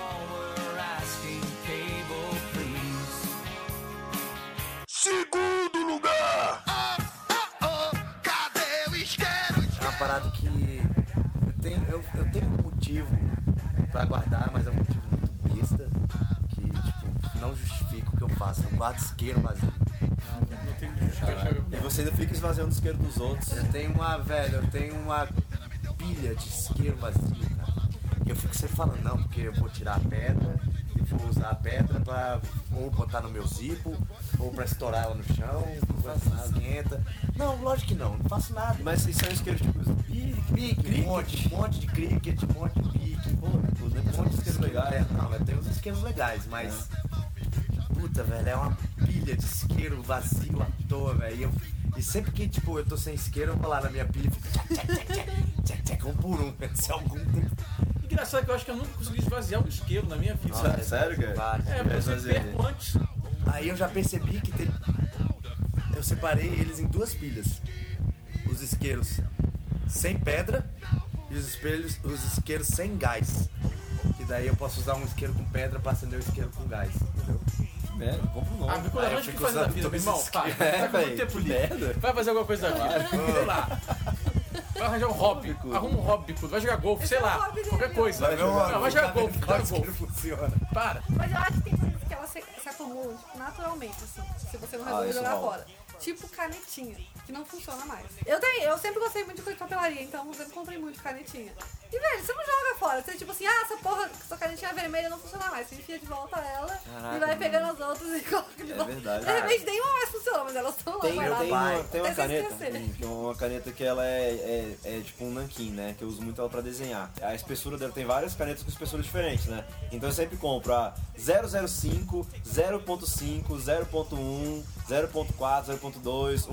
É uma parada que eu tenho, eu, eu tenho um motivo pra guardar, mas é um motivo muito besta, que tipo, não justifica o que eu faço. Eu guardo isqueiro vazio.
E você ainda fica esvaziando o isqueiro dos outros.
Eu tenho uma, velho, eu tenho uma pilha de isqueiro vazio, cara. E Eu fico sempre falando, não, porque eu vou tirar a pedra e vou usar a pedra pra ou botar no meu zipo, ou pra estourar ela no chão, assim, esquenta. Não, lógico que não, não faço nada.
Mas isso é um isqueiro tipo.
Pique, um monte, um monte de cricket, um monte de pique, pô, um monte de esquemas legais. É, não, mas tem uns esquemas legais, mas. Puta, velho, é uma pilha de isqueiro vazio à toa, velho. E eu- E sempre que, tipo, eu tô sem isqueiro, eu vou lá na minha pilha e fico tchac, tchac, tchac, tchac, tchac, tchac, um por um, velho, se algum tem. E
engraçado é que eu acho que eu nunca consegui esvaziar o isqueiro na minha vida. sabe?
Sério, cara?
É,
é,
porque eu
esvaziar
sempre perco antes.
Aí eu já percebi que tem. Eu separei eles em duas pilhas. Os isqueiros sem pedra e os espelhos, os isqueiros sem gás. Que daí eu posso usar um isqueiro com pedra pra acender o isqueiro com gás. entendeu?
É, não compro não.
Ah, me conta,
eu
onde que
fico
faz da
usando
vida,
todos
meu irmão?
esses
Pá,
que-
tá com muito
velho,
tempo
que
livre.
merda.
Vai fazer alguma coisa da vida. Sei lá. Vai arranjar um hobby.
bicudo.
Arruma um hobby, bicudo. Vai jogar golfe, sei
tenho um
lá.
hobby dele,
Qualquer
ó.
coisa.
Vai ver uma-
Não, vai jogar
tá vendo
golfe.
qual
Joga
isqueiro
golfe.
funciona.
Para.
Mas eu acho que tem coisas que elas se, se acumulam tipo, naturalmente, assim, se você não resolver
Ah, isso
jogar
rola.
fora. Tipo canetinha, que não funciona mais. Eu tenho, eu sempre gostei muito de coisa de papelaria, então eu sempre comprei muito canetinha. E, velho, você não joga fora. Você, tipo assim, ah, essa porra, essa canetinha é vermelha não funciona mais. Você enfia de volta ela e vai pegando as outras e coloca de volta.
É verdade.
De repente, nenhuma mais funciona, mas elas estão lá.
Tem,
paradas.
tem, uma, tem uma
Mas eu
caneta,
esqueci.
que é uma caneta que ela é, é- é tipo um nanquim, né? Que eu uso muito ela pra desenhar. A espessura dela tem várias canetas com espessuras diferentes, né? Então eu sempre compro a 005, 0.5, 0.1, 0.4, 0.2, 1, 2, eu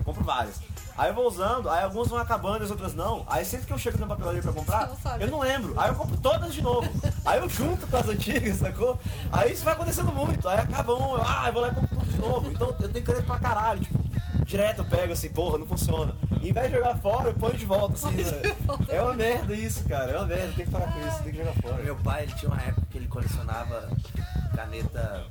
um, compro várias. Aí eu vou usando, aí algumas vão acabando, as outras não. Aí sempre que eu chego na papelaria pra comprar,
Você não sabe.
eu não lembro. Aí eu compro todas de novo. aí eu junto com as antigas, sacou? Aí isso vai acontecendo muito. Aí acaba um, eu, ah, eu vou lá e compro tudo de novo. Então eu tenho caneta pra caralho, tipo. Direto eu pego assim, porra, não funciona. Em vez de jogar fora, eu ponho de volta, assim, né? É uma merda isso, cara. É uma merda, tem que parar com isso, tem que jogar fora.
Meu pai, ele tinha uma época que ele colecionava caneta.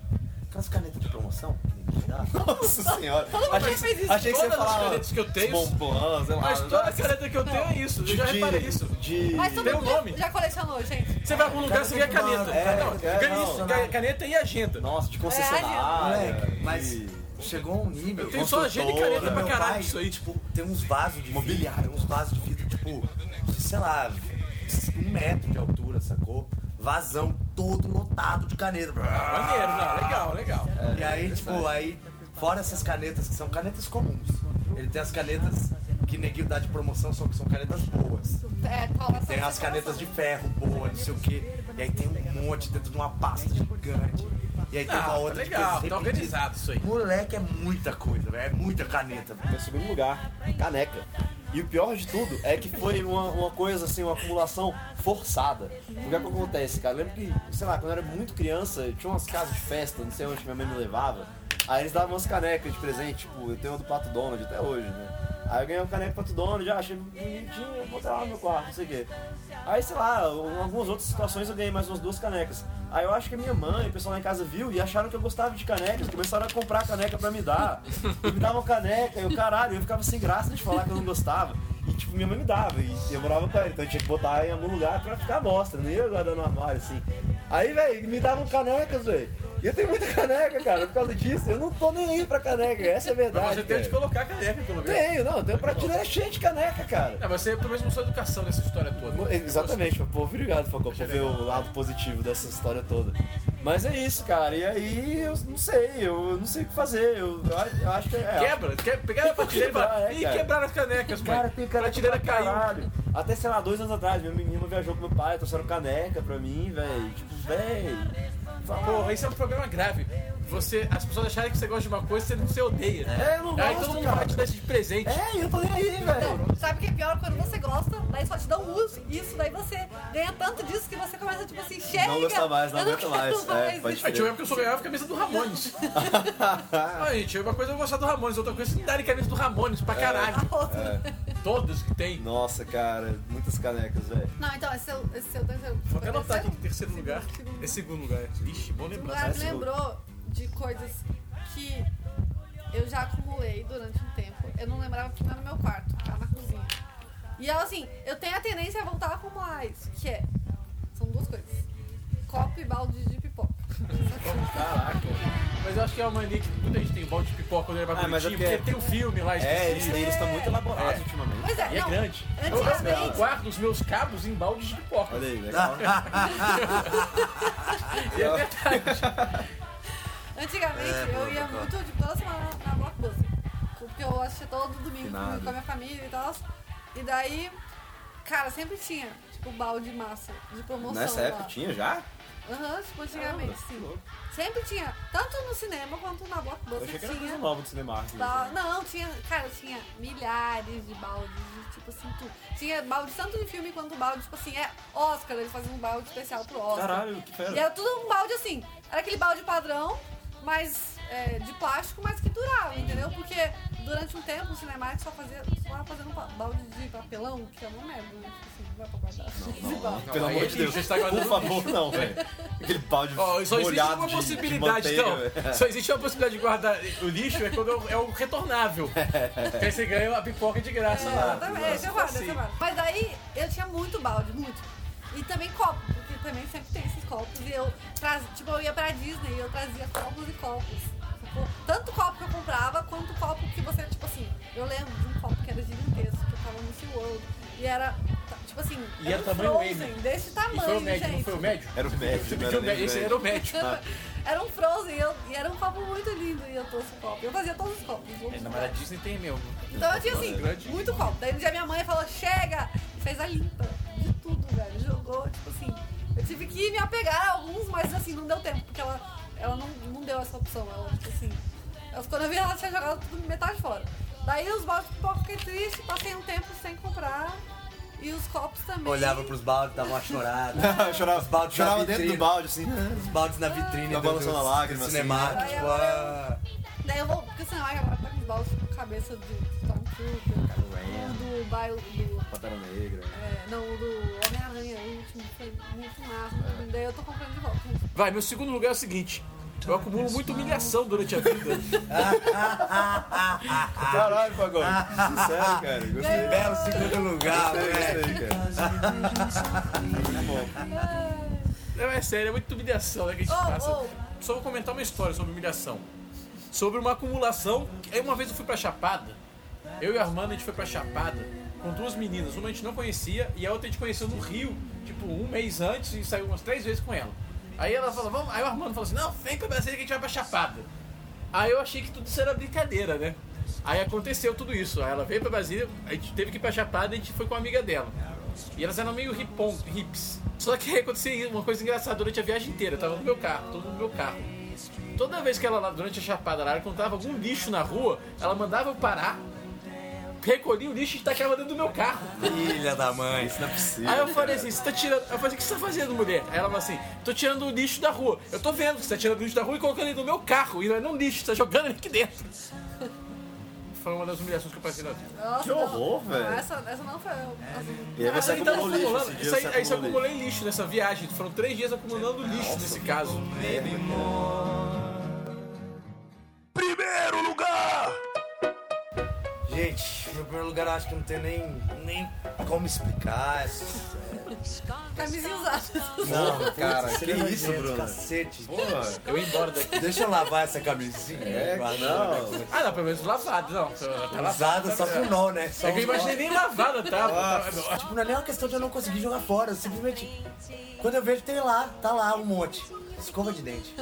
Aquelas canetas de promoção que ninguém dá.
Nossa senhora. Achei,
fez isso.
achei que você
Todas as
falava.
canetas que eu tenho-
Bombom, sei lá.
Mas toda caneta que eu tenho é isso. Eu já
de-
reparei isso.
De.
Mas todo
Tem um
mundo
nome.
já, já colecionou, gente.
Você vai pra algum lugar, você vê a caneta.
É,
Não,
é,
ganha
não.
isso, ca- caneta e agenda.
Nossa, de
é,
concessionária,
concessionária.
Moleque, mas chegou a um nível.
Ah, Eu tenho só agenda e
Construtora.
caneta pra
Meu
caralho
pai,
isso aí.
Tipo, tem uns vasos de mobiliário, uns vasos de vidro, tipo, de, sei lá, um metro de altura, sacou? Vazão todo lotado de caneta.
Ah, Maneiro, não. Legal, legal.
E aí,
É,
tipo, aí, fora essas canetas que são canetas comuns, ele tem as canetas que neguinho dá de promoção, só que são canetas boas.
É, cola
Tem as canetas de ferro boa, não sei o quê. E aí tem um monte dentro de uma pasta gigante. E aí tem uma
Ah,
outra de
legal,
coisas
tá
repetidas.
organizado isso aí.
Moleque, é muita coisa, velho. É muita caneta. velho.
Meu segundo lugar, caneca. E o pior de tudo é que foi uma, uma coisa assim, uma acumulação forçada. O que é que acontece, cara? Eu lembro que, sei lá, quando eu era muito criança, tinha umas casas de festa, não sei onde minha mãe me levava. Aí eles davam umas canecas de presente, tipo, eu tenho uma do Pato Donald até hoje, né? Aí eu ganhei uma caneca do Pato Donald, já achei bonitinho, botei lá no meu quarto, não sei o quê. Aí, sei lá, em algumas outras situações eu ganhei mais umas duas canecas. Aí eu acho que a minha mãe, o pessoal lá em casa viu e acharam que eu gostava de canecas, começaram a comprar caneca pra me dar. E me davam caneca, eu caralho, eu ficava sem graça de falar que eu não gostava. E tipo, minha mãe me dava, e eu morava com ela, então eu tinha que botar em algum lugar pra ficar à mostra, nem eu guardar no armário assim. Aí, velho, me davam canecas, velho. E eu tenho muita caneca, cara, por causa disso. Eu não tô nem aí pra caneca, essa é a
Mas
verdade.
você tem de
cara.
colocar a caneca, pelo menos.
Tenho, não, eu tenho prateleira cheia de caneca, cara.
Não, você pelo menos mostrou educação nessa história toda.
Exatamente, pô, obrigado, Facó, por ver o lado positivo dessa história toda. Mas é isso, cara, e aí eu não sei, eu não sei o que fazer, eu, eu acho que é.
Quebra, que, pegaram a prateleira e falaram,
Quebrar, é,
ih,
cara."
quebraram as canecas, mano.
Cara, tem caneca
prateleira
pra
caiu.
caralho. Até, sei lá, dois anos atrás, minha menina viajou com meu pai, trouxeram caneca pra mim, velho. Tipo, velho.
Porra, isso é um problema grave. Você, as pessoas acharem que você gosta de uma coisa você não você odeia. né?
É, eu não
Aí
gosto,
todo mundo
cara.
vai te dar isso de presente.
É, eu tô nem aí, velho.
Não, Sabe o que é pior? Quando você gosta, daí só te dão uso. Isso, daí você ganha tanto disso que você começa, tipo assim, chega.
Não gostar mais, não
eu não
aguento
quero
mais. É, pode
Aí tinha uma época que eu só ganhava a camisa do Ramones. Aí, gente, uma coisa é eu gostava do Ramones, outra coisa vocês darem camisa do Ramones
É.
pra caralho.
A outra.
Todas que tem.
Nossa, cara, muitas canecas, velho.
Não, então, esse é o esse é o terceiro.
Vou até anotar aqui
terceiro?
que terceiro lugar
Segundo.
é segundo lugar. Ixi, bom
O
lembrar.
um lugar me lembrou de coisas que eu já acumulei durante um tempo. Eu não lembrava que era no meu quarto, tava na cozinha. E ela, assim, eu tenho a tendência a voltar a acumular isso, que é. São duas coisas: copo e balde de pipoca.
Caraca. Mas eu acho que é uma mania que muita gente tem balde de pipoca quando ele vai
Ah, mas
pra
é
Curitiba, porque
porque-
tem um filme lá
É, eles
específico.
estão muito elaborados ultimamente.
Pois é,
E é
não,
grande. Eu,
É
eu, eu
Antigamente,
guardo os meus cabos em baldes de pipoca.
Olha aí, legal. né?
E é verdade.
É,
Antigamente eu ia muito tipo, toda semana na, na Blockbuster. Porque eu assistia todo domingo
Finado.
com a minha família e tal. E daí, cara, sempre tinha, tipo, um balde massa de promoção.
Nessa época
lá.
tinha já?
Aham, tipo, antigamente,
Ah, que
sim.
louco.
Sempre tinha, tanto no cinema quanto na
Eu
blockbuster
achei que era coisa
tinha.
nova do cinema.
Ba- Não, tinha, cara, tinha milhares de baldes, de, tipo assim, tudo. Tinha balde tanto de filme quanto balde, tipo assim, é Oscar, eles faziam um balde especial pro Oscar.
Caralho, que
E
fera.
era tudo um balde assim, era aquele balde padrão, mas é, de plástico, mas que durava, entendeu? Porque durante um tempo o Cinemax só fazia, só tava fazendo um pa- balde de papelão, que é uma merda, né? Tipo assim, não vai pra guardar. Esse balde.
Pelo
Aí
amor de Deus. tá
você está guardando
Por favor, não, velho. Aquele pau de
Ó, só existe
molhado
uma
de- de
possibilidade,
manteiga,
então.
velho.
Só existe uma possibilidade de guardar o lixo é quando é o- é o retornável. Porque aí você ganha a pipoca de graça lá.
Exatamente, é, eu guardo,
assim.
eu guardo. Mas daí eu tinha muito balde, muito. E também copo, porque também sempre tem esses copos. E eu trazia, tipo, eu ia pra Disney e eu trazia copos e copos. sacou? Tanto copo que eu comprava, quanto copo que você, tipo assim, eu lembro de um copo que era gigantesco, que eu tava no SeaWorld. E era, tá, tipo assim,
E
era
era
um
tamanho
Frozen,
M.
desse
E foi o
tamanho,
médio, não
gente.
foi o médio?
Era o médico, não
Pediu
era
o médio,
nem
Esse
velho.
era o médio.
Era um Frozen e, eu- e era um copo muito lindo e eu trouxe o copo. Eu fazia todos os copos. todos os
É, Na
copos.
verdade, Disney tem mesmo.
Então eu tinha assim,
Grande.
muito copo. Daí no dia minha mãe falou, chega! E fez a limpa de tudo, velho. Jogou, tipo assim. Eu tive que me apegar a alguns, mas assim, não deu tempo, porque ela, ela não, não deu essa opção. Ela, tipo assim. ela- quando eu vi ela tinha jogado tudo metade fora. Daí os baldes de pipoca fiquei triste, passei um tempo sem comprar. E os copos também.
Olhava pros baldes, dava uma chorada.
Eu chorava,
Os baldes na
chorava dentro
vitrine.
do balde, assim.
Os baldes na vitrine,
Tá balançando a lágrima, assim.
cinema,
Ai,
tipo,
eu-
ah,
Daí eu vou. Porque senão ai, agora tá com os baldes com cabeça de Tom Cruise, cara. O do bairro do
Pantera Negra.
É, não, o do Homem-Aranha, o último, foi muito massa. Daí eu tô comprando de volta.
Vai, meu segundo lugar é o seguinte. Eu acumulo muita humilhação durante a vida.
Caralho, Pagode. Sério, cara. Gostei.
Belo segundo
É.
lugar, né? velho.
Gostei, gostei, cara.
Não, é sério, é muita humilhação né, que a gente
Oh,
passa.
oh.
Só vou comentar uma história sobre humilhação. Sobre uma acumulação. que- Aí uma vez eu fui pra Chapada. Eu e a Armando, a gente foi pra Chapada com duas meninas. Uma a gente não conhecia e a outra a gente conheceu no Rio, tipo, um mês antes e saiu umas três vezes com ela. Aí ela falou, vamos. Aí o Armando falou assim, não, vem pra Brasília que a gente vai pra Chapada. Aí eu achei que tudo isso era brincadeira, né? Aí aconteceu tudo isso. Aí ela veio pra Brasília, a gente teve que ir pra Chapada e a gente foi com uma amiga dela. E elas eram meio ripon, hips. Só que aí aconteceu uma coisa engraçada durante a viagem inteira. Eu tava no meu carro, todo mundo no meu carro. Toda vez que ela, lá durante a chapada, lá, ela encontrava algum lixo na rua, ela mandava eu parar, recolhia o lixo e tacava dentro do meu carro.
Filha da mãe, isso não é possível.
Aí eu falei assim, você tá tirando. Eu falei, o que você tá fazendo, mulher? Aí ela falou assim, tô tirando o lixo da rua. Eu tô vendo que você tá tirando o lixo da rua e colocando ele no meu carro. E não é não lixo, você tá jogando ele aqui dentro. Foi uma das humilhações que eu passei na vida.
Nossa,
Que horror,
não.
velho.
Não, Essa, essa não foi. Nossa,
E aí você
Aí tava
acumulou lixo
Então, acumulando-
esse dia,
isso aí,
você
aí você
acumulou
acumulei lixo nessa viagem. Foram três dias acumulando lixo nesse caso.
Primeiro lugar!
Gente, meu primeiro lugar eu acho que não tem nem, nem como explicar.
camisinha usada.
Não, cara,
que isso, é Bruno?
Cacete.
Porra.
Eu ia embora daqui.
Deixa eu lavar essa camisinha.
É,
guardando, né?
não.
Ah, não, pelo menos lavada, não. Tá
Usada só com nó, né? Só
É que eu
um nó.
imaginei nem lavada, tá? Tipo,
Tipo, não é nem uma questão de eu não conseguir jogar fora. Eu simplesmente. Quando eu vejo, tem lá, tá lá um monte. Escova de dente.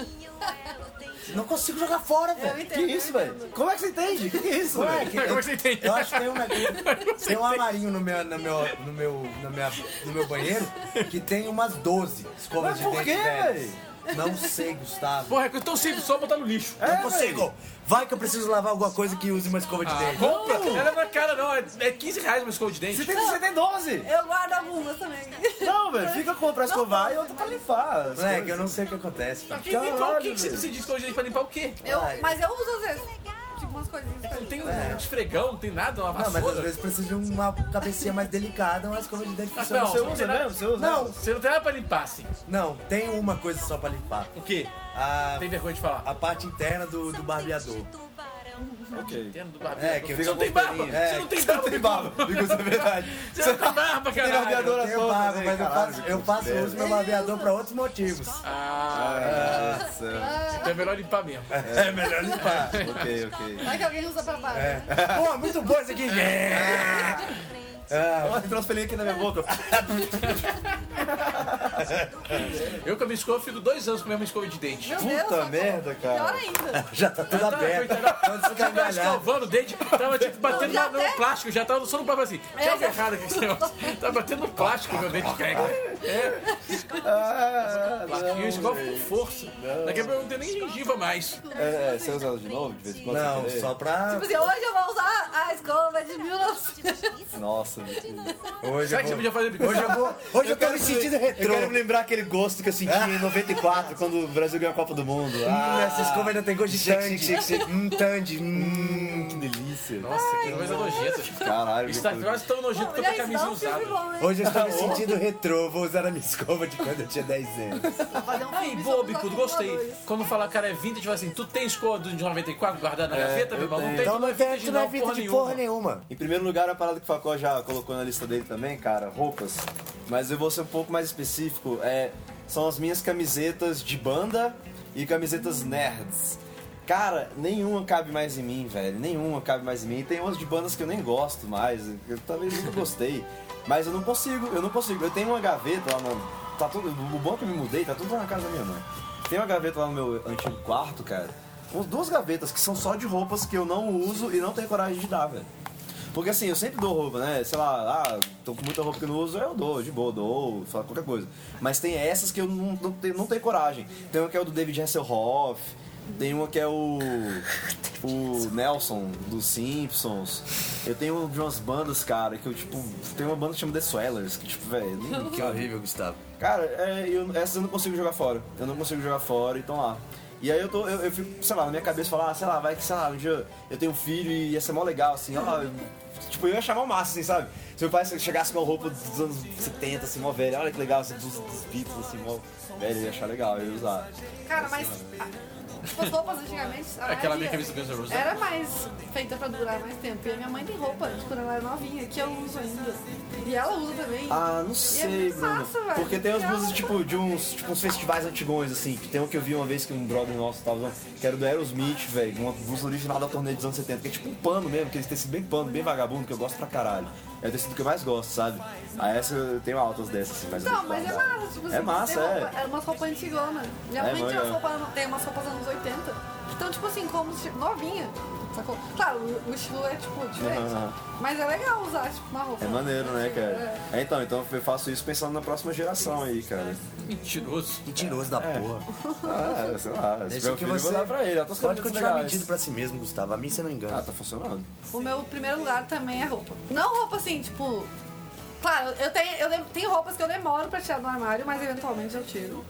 Não consigo jogar fora,
Eu
velho.
entendo.
Que isso,
eu entendo.
velho? Como é que você entende? Que que é isso,
Ué,
velho?
que-
Como é que você entende?
Eu acho que tem um negócio. Tem um armarinho no meu, no meu, no meu, no minha, no meu banheiro que tem umas 12 escovas
Mas
de
por
dente
quê,
velhas.
velho?
Não sei, Gustavo.
Porra, é tão simples, só botar no lixo.
não
É, velho.
consigo. Vai que eu preciso lavar alguma coisa que use uma escova de
Ah,
dente.
compra! Não é na cara, não. É é 15 reais uma escova de
Você
dente.
tem, você tem 12.
Eu guardo algumas também.
Não, velho. Fica com uma pra escovar e outra pra limpar. as
Moleque, eu
coisas.
não sei o que acontece. tá?
Pra
cara.
quem limpar o
Caralho,
que, que você
velho.
precisa de escova de dente pra limpar o quê?
Ai.
Eu, mas eu uso às vezes. Tipo umas coisinhas. pra
Não
mim.
tem um esfregão, não tem nada, uma
Não, mas às
vassoura.
vezes precisa de uma cabecinha mais delicada, uma escova de dente. que
não,
Você
você
usa
não-
mesmo? Você usa?
Não.
mesmo?
Você não tem nada pra limpar, assim.
Não, tem uma coisa só pra limpar.
O quê?
A,
Tem vergonha de falar.
a parte interna do, do barbeador.
Ok.
Entendo do barbeiro.
É, que
você não
fica
tem
com
barba.
perinho. É,
Você não tem
que
barba. então.
Tem barba. Digo isso é verdade.
Você não tem barba,
barbeador.
cara.
Eu tenho
Só
barba,
fazer,
mas eu
caralho,
faço,
que
eu faço
merda.
uso meu barbeador pra outros motivos.
Ah,
Nossa.
então é melhor limpar mesmo.
É melhor limpar.
Ok, ok.
Vai que alguém usa pra baixo. né?
Pô, muito bom isso aqui. É.
Ela entrou as pelinhas aqui na minha boca.
Eu com a minha escova fico dois anos com a mesma escova de dente.
Meu Deus,
Puta
sacou?
merda,
Pior
cara.
ainda.
Já tá tudo aberto. Quando você
Tava
gargalhar.
escovando o dente, tava tipo batendo
Já
no,
até-
no plástico, já tava só no plástico assim. Tinha algo errado aqui, senhor. Tá batendo no plástico, meu dente.
Ah,
Plaquinha, eu escovo
gente.
com força. Daqui a pouco eu não tenho nem gengiva mais.
É, é, você usa ela de novo de vez em quando?
Não,
sem querer?
só pra.
Tipo assim, hoje eu vou usar a escova de 1900.
Nossa, meu Deus.
Hoje
Será
eu vou.
que você podia fazer bico?
Hoje eu vou. Hoje eu, tô me sentindo retrô.
Eu quero me lembrar aquele gosto que eu
Ah,
senti em 94, quando o Brasil ganhou a Copa do Mundo.
Hum,
Ah,
essa escova ainda tem gosto de
Chique,
tandy.
chique, chique,
Hum, tandy. Hum.
que delícia.
Nossa, que coisa nojenta.
Caralho,
Isso tá
meu
quase tão nojento quanto a
Mulheres
camisa
não, um filme
usada.
bom, hein?
Hoje eu estou me sentindo retrô. Vou usar a minha escova de quando eu tinha 10 anos.
Vou fazer um
Aí,
filme
boa,
sobre
bicudo,
Joaquim
gostei.
Voadores.
Quando falar cara é vintage, fala assim, tu tem escola do- de 94 guardada na gaveta, meu irmão? Não tem,
Então não tem tu não é vida de porra
nenhuma.
nenhuma.
Em primeiro lugar, a parada que o Facó já colocou na lista dele também, cara, roupas. Mas eu vou ser um pouco mais específico. É, são as minhas camisetas de banda e camisetas nerds. Cara, nenhuma cabe mais em mim, velho. Nenhuma cabe mais em mim. Tem umas de bandas que eu nem gosto mais. que Eu talvez nunca gostei. Mas eu não consigo, eu não consigo. Eu tenho uma gaveta lá no. Tá tudo, o bom é que eu me mudei, tá tudo lá na casa da minha mãe. Tem uma gaveta lá no meu antigo quarto, cara. Umas duas gavetas que são só de roupas que eu não uso e não tenho coragem de dar, velho. Porque assim, eu sempre dou roupa, né? Sei lá, ah, tô com muita roupa que eu não uso, eu dou, de boa, dou, sei lá, qualquer coisa. Mas tem essas que eu não, não, tenho, não tenho coragem. Tem uma que é o do David Hasselhoff, tem uma que é o. O Nelson dos Simpsons. Eu tenho de umas bandas, cara, que eu tipo. Tem uma banda que chama The Swellers, que tipo, velho. nem-
Que horrível, Gustavo.
Cara, é, eu, essas eu não consigo jogar fora. Eu não consigo jogar fora, então lá. E aí eu tô, eu, eu fico, sei lá, na minha cabeça falar, ah, sei lá, vai que, sei lá, um dia eu tenho um filho e ia ser mó legal, assim, ó. eu- Tipo, eu ia chamar o massa, assim, sabe? Se meu pai chegasse com uma roupa dos anos 70, assim, mó velha, olha que legal, assim, dos, dos Beatles, assim, mó velho, eu ia achar legal, eu ia usar.
Cara, mas a- tipo, as roupas antigamente, a
Aquela
maioria
minha camisa do Guns N' Roses. né?
era mais feita pra durar mais tempo. E a minha mãe tem roupa de quando ela era novinha, que eu uso ainda. E ela usa também.
Ah, não
bem
sei, Bruno.
massa, é velho. é
Porque tem umas
Legal.
blusas, tipo, de uns, tipo, uns festivais antigões, assim. Que tem um que eu vi uma vez que um brother nosso tava usando, que era do Aerosmith, velho. Uma blusa original da torneira dos anos 70, que é tipo um pano mesmo, que eles tecido bem pano, bem vagabundo, que eu gosto pra caralho. É o tecido que eu mais gosto, sabe? Aí essa eu tenho altas dessas, assim, mas. eu
Não,
vou
mas é
guardar.
massa, tipo assim,
É massa,
tem roupa,
é.
Era umas roupas antigonas. Minha
É,
mãe
não,
tinha umas
é.
roupas, tem umas roupas anos 80. Então, tipo assim, como se- novinha. Sacou? Claro, o o estilo é tipo diferente.
Aham.
Mas é legal usar, tipo, uma roupa.
É maneiro, né, cara?
É.
É, então, então eu faço isso pensando na próxima geração aí, cara.
Mentiroso.
Mentiroso da porra.
Ah, sei lá. Se
Deixa
meu
que
filho, eu vou
você-
dar pra ele. Ela tá
Pode continuar mentindo pra si mesmo, Gustavo. A mim você não engana.
Ah, tá funcionando.
O meu primeiro lugar também é roupa. Não roupa assim, tipo. Claro, eu tenho, eu de- tenho roupas que eu demoro pra tirar do armário, mas eventualmente eu tiro.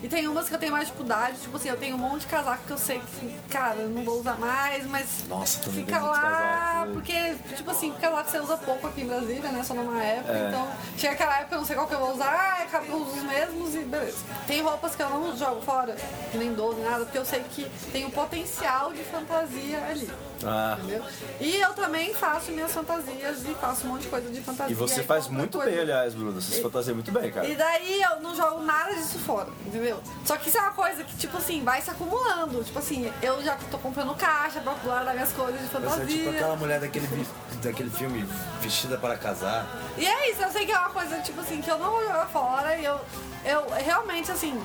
E tem umas que eu tenho mais dificuldade, tipo assim, eu tenho um monte de casaco que eu sei que, cara, eu não vou usar mais, mas
Nossa, tu me
fica
deu muitos
lá,
casacos, né?
porque, tipo assim, casaco você usa pouco aqui em Brasília, né? Só numa época,
É.
então chega aquela época, eu não sei qual que eu vou usar, ah, acabo- eu uso os mesmos e beleza. Tem roupas que eu não jogo fora, nem dou, nem nada, porque eu sei que tem o potencial de fantasia ali.
Ah.
Entendeu? E eu também faço minhas fantasias e faço um monte de coisa de fantasia.
E você faz
compro
muito
coisa.
bem, aliás, Bruno. Você se fantasia muito bem, cara.
E daí eu não jogo nada disso fora, entendeu? Só que isso é uma coisa que, tipo assim, vai se acumulando. Tipo assim, eu já tô comprando caixa pra acumular das minhas coisas de
Você é
fantasia.
tipo aquela mulher daquele, vi- daquele filme Vestida para Casar.
E é isso, eu sei que é uma coisa, tipo assim, que eu não vou jogar fora e eu, eu realmente, assim,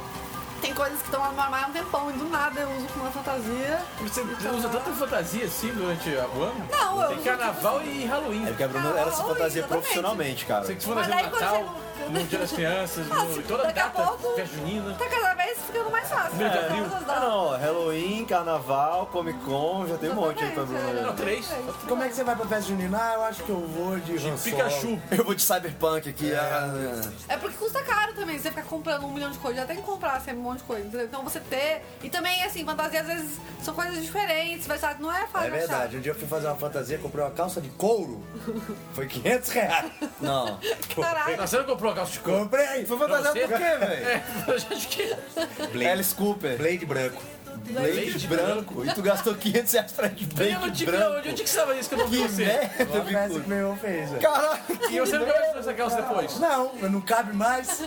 tem coisas que estão lá no armário há um tempão e do nada eu uso pra uma fantasia.
Você você usa tanta fantasia assim durante o ano?
Não, eu
Tem
uso,
carnaval e Halloween.
É porque a Bruna ela se
Caralho,
fantasia
exatamente.
profissionalmente, cara.
Você que se
Mas
fantasia no
daí quando
Natal,
chega-
no Dia das Crianças,
Ah,
no,
se-
em toda
daqui a
data,
pouco-
festa junina.
Tá cada vez ficando mais fácil.
Primeiro de
né?
abril.
Todas as
Ah,
datas.
não, Halloween, Carnaval, Comic Con, já tem um monte aí pra
Não,
Bruna.
três.
tipo,
Como é que você vai pra festa junina? Ah, eu acho que eu vou de, Han Solo.
Pikachu.
Eu vou de Cyberpunk
é,
aqui. ah,
né?
É porque custa caro também, você ficar comprando um milhão de coisas, já tem que comprar sempre um monte de coisa, entendeu? Então você ter. E também, assim, fantasia às vezes são coisas diferentes, vai sabe? Não é
É
fácil de achar.
verdade. Um dia eu fui fazer uma fantasia, comprei uma calça de couro. Foi 500 reais.
Não.
Caralho.
Tá, Você não comprou a calça de couro?
Comprei.
Foi fantasia
você?
por quê, velho?
Eu já acho que...
Alice Cooper,
Blade branco.
Blade branco. E tu gastou 500 reais pra de
Eu não
Blade
tive, não.
branco.
Onde é que estava isso que eu não vi
Que
você?
merda,
Parece que
bico.
meu irmão fez, velho.
Caralho,
E você nunca mais usou essa calça depois?
Não, eu não cabe mais.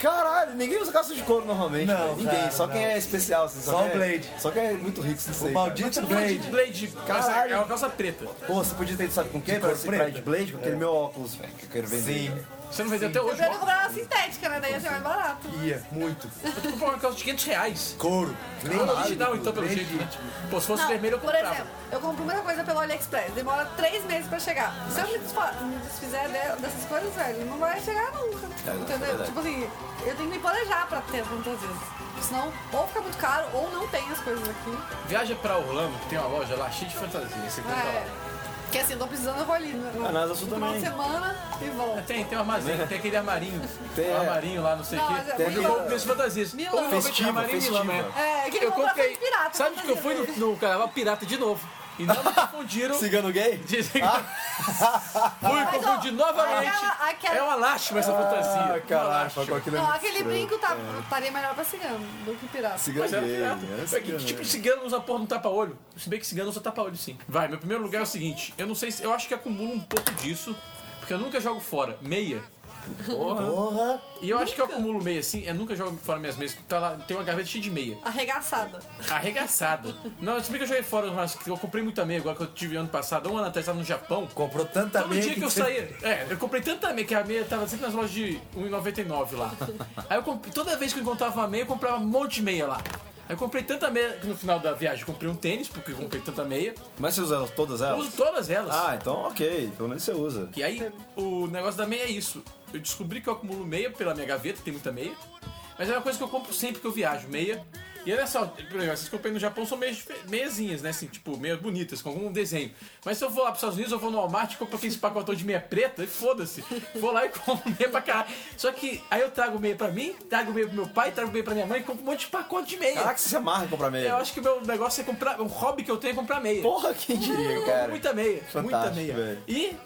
caralho, ninguém usa calça de couro normalmente.
Não,
velho. ninguém,
cara,
só quem
não.
é especial, assim, só,
Só o
quem é-
Blade.
Só quem é muito rico, não sei.
O
cara.
maldito
Blade,
Blade.
Blade, calça,
Caralho.
é uma calça preta.
Pô, você podia ter ido, sabe com quem?
cor
Pra ser pra
preta.
de Blade, com aquele meu óculos, velho, que eu quero vender.
É. Sim.
velho.
Você não vendeu até
Eu
hoje.
quero comprar uma sintética, né? Daí ia ser mais barato.
Ia, muito.
Eu comprei uma calça de 500 reais.
Couro. Nem
Nem original, então, pelo
nem
jeito. né? Pô, se fosse
Não,
vermelho, eu
por
comprava.
exemplo, eu compro muita coisa pelo AliExpress, demora três meses pra chegar. Se eu me desfa- me desfizer de- dessas coisas, velho, não vai chegar nunca.
É,
entendeu? Tipo assim, eu tenho que me planejar pra ter muitas vezes. Porque Senão, ou fica muito caro, ou não tem as coisas aqui.
Viaja pra Orlando, que tem uma loja lá cheia de fantasia. Você compra
É.
lá.
Porque assim, eu tô precisando, eu vou ali. No, no,
Ah, nada, eu sou
no final de
também.
semana e volto.
Tem, tem um armazém, tem aquele armarinho.
Né? Tem,
um
é.
armarinho lá, não sei o
Não,
quê.
tem
Onde eu
aquela-
compro minhas fantasias.
Milão.
Ou normalmente
Festiva,
armarinho em Milão,
festiva.
é.
É, que ele
Eu
comprou
comprei.
pirata.
Sabe que eu fui no, no carnaval pirata de novo. E não me confundiram.
Cigano gay?
Dizem que-
Ah.
Fui
Mas, ó,
confundir novamente.
aquela- aquela-
É uma lástima essa fantasia. Uma
Ah, caralho, com
lástima.
aquilo é
Não,
muito
aquele
escroto.
brinco tá,
é.
estaria melhor pra cigano do que pirata.
Mas era
Cigano gay.
pirata.
é
É que
cigano.
tipo, cigano usa porra no tapa-olho. Se bem que cigano usa tapa-olho, sim. Vai, meu primeiro lugar é o seguinte. Eu não sei se... Eu acho que acumulo um pouco disso. Porque eu nunca jogo fora. Meia.
Porra.
E eu acho que eu acumulo meia, assim. Eu nunca jogo fora minhas meias. Tá lá, tem uma gaveta cheia de meia.
Arregaçada.
Arregaçada. Não, se bem que eu joguei fora, mas eu comprei muita meia agora que eu tive ano passado. Um ano atrás, tava no Japão.
Comprou tanta
Todo
meia
dia que eu
você-
saía. É, eu comprei tanta meia que a meia tava sempre nas lojas de 1,99 lá. Aí eu comprei, toda vez que eu encontrava uma meia, eu comprava um monte de meia lá. Aí eu comprei tanta meia que no final da viagem eu comprei um tênis, porque eu comprei tanta meia.
Mas você usa elas- todas
Eu
elas?
uso todas elas.
Ah, então ok. Pelo menos você usa.
E aí, o negócio da meia é isso. Eu descobri que eu acumulo meia pela minha gaveta, tem muita meia. Mas é uma coisa que eu compro sempre que eu viajo, meia. E olha só, por exemplo, essas que eu comprei no Japão são meias, dife- meiazinhas, né? Assim, tipo, meias bonitas, com algum desenho. Mas se eu vou lá pros Estados Unidos, eu vou no Walmart, compro aquele pacotão de meia preta e foda-se. Vou lá e compro meia pra caralho. Só que aí eu trago meia pra mim, trago meia pro meu pai, trago meia pra minha mãe, e compro um monte de pacote de meia.
Caraca, você se amarra em comprar meia.
Eu acho que o meu negócio é comprar, o hobby que eu tenho é comprar meia.
Porra, quem diria, cara?
Muita meia, muita
Fantástico,
meia.
velho.
E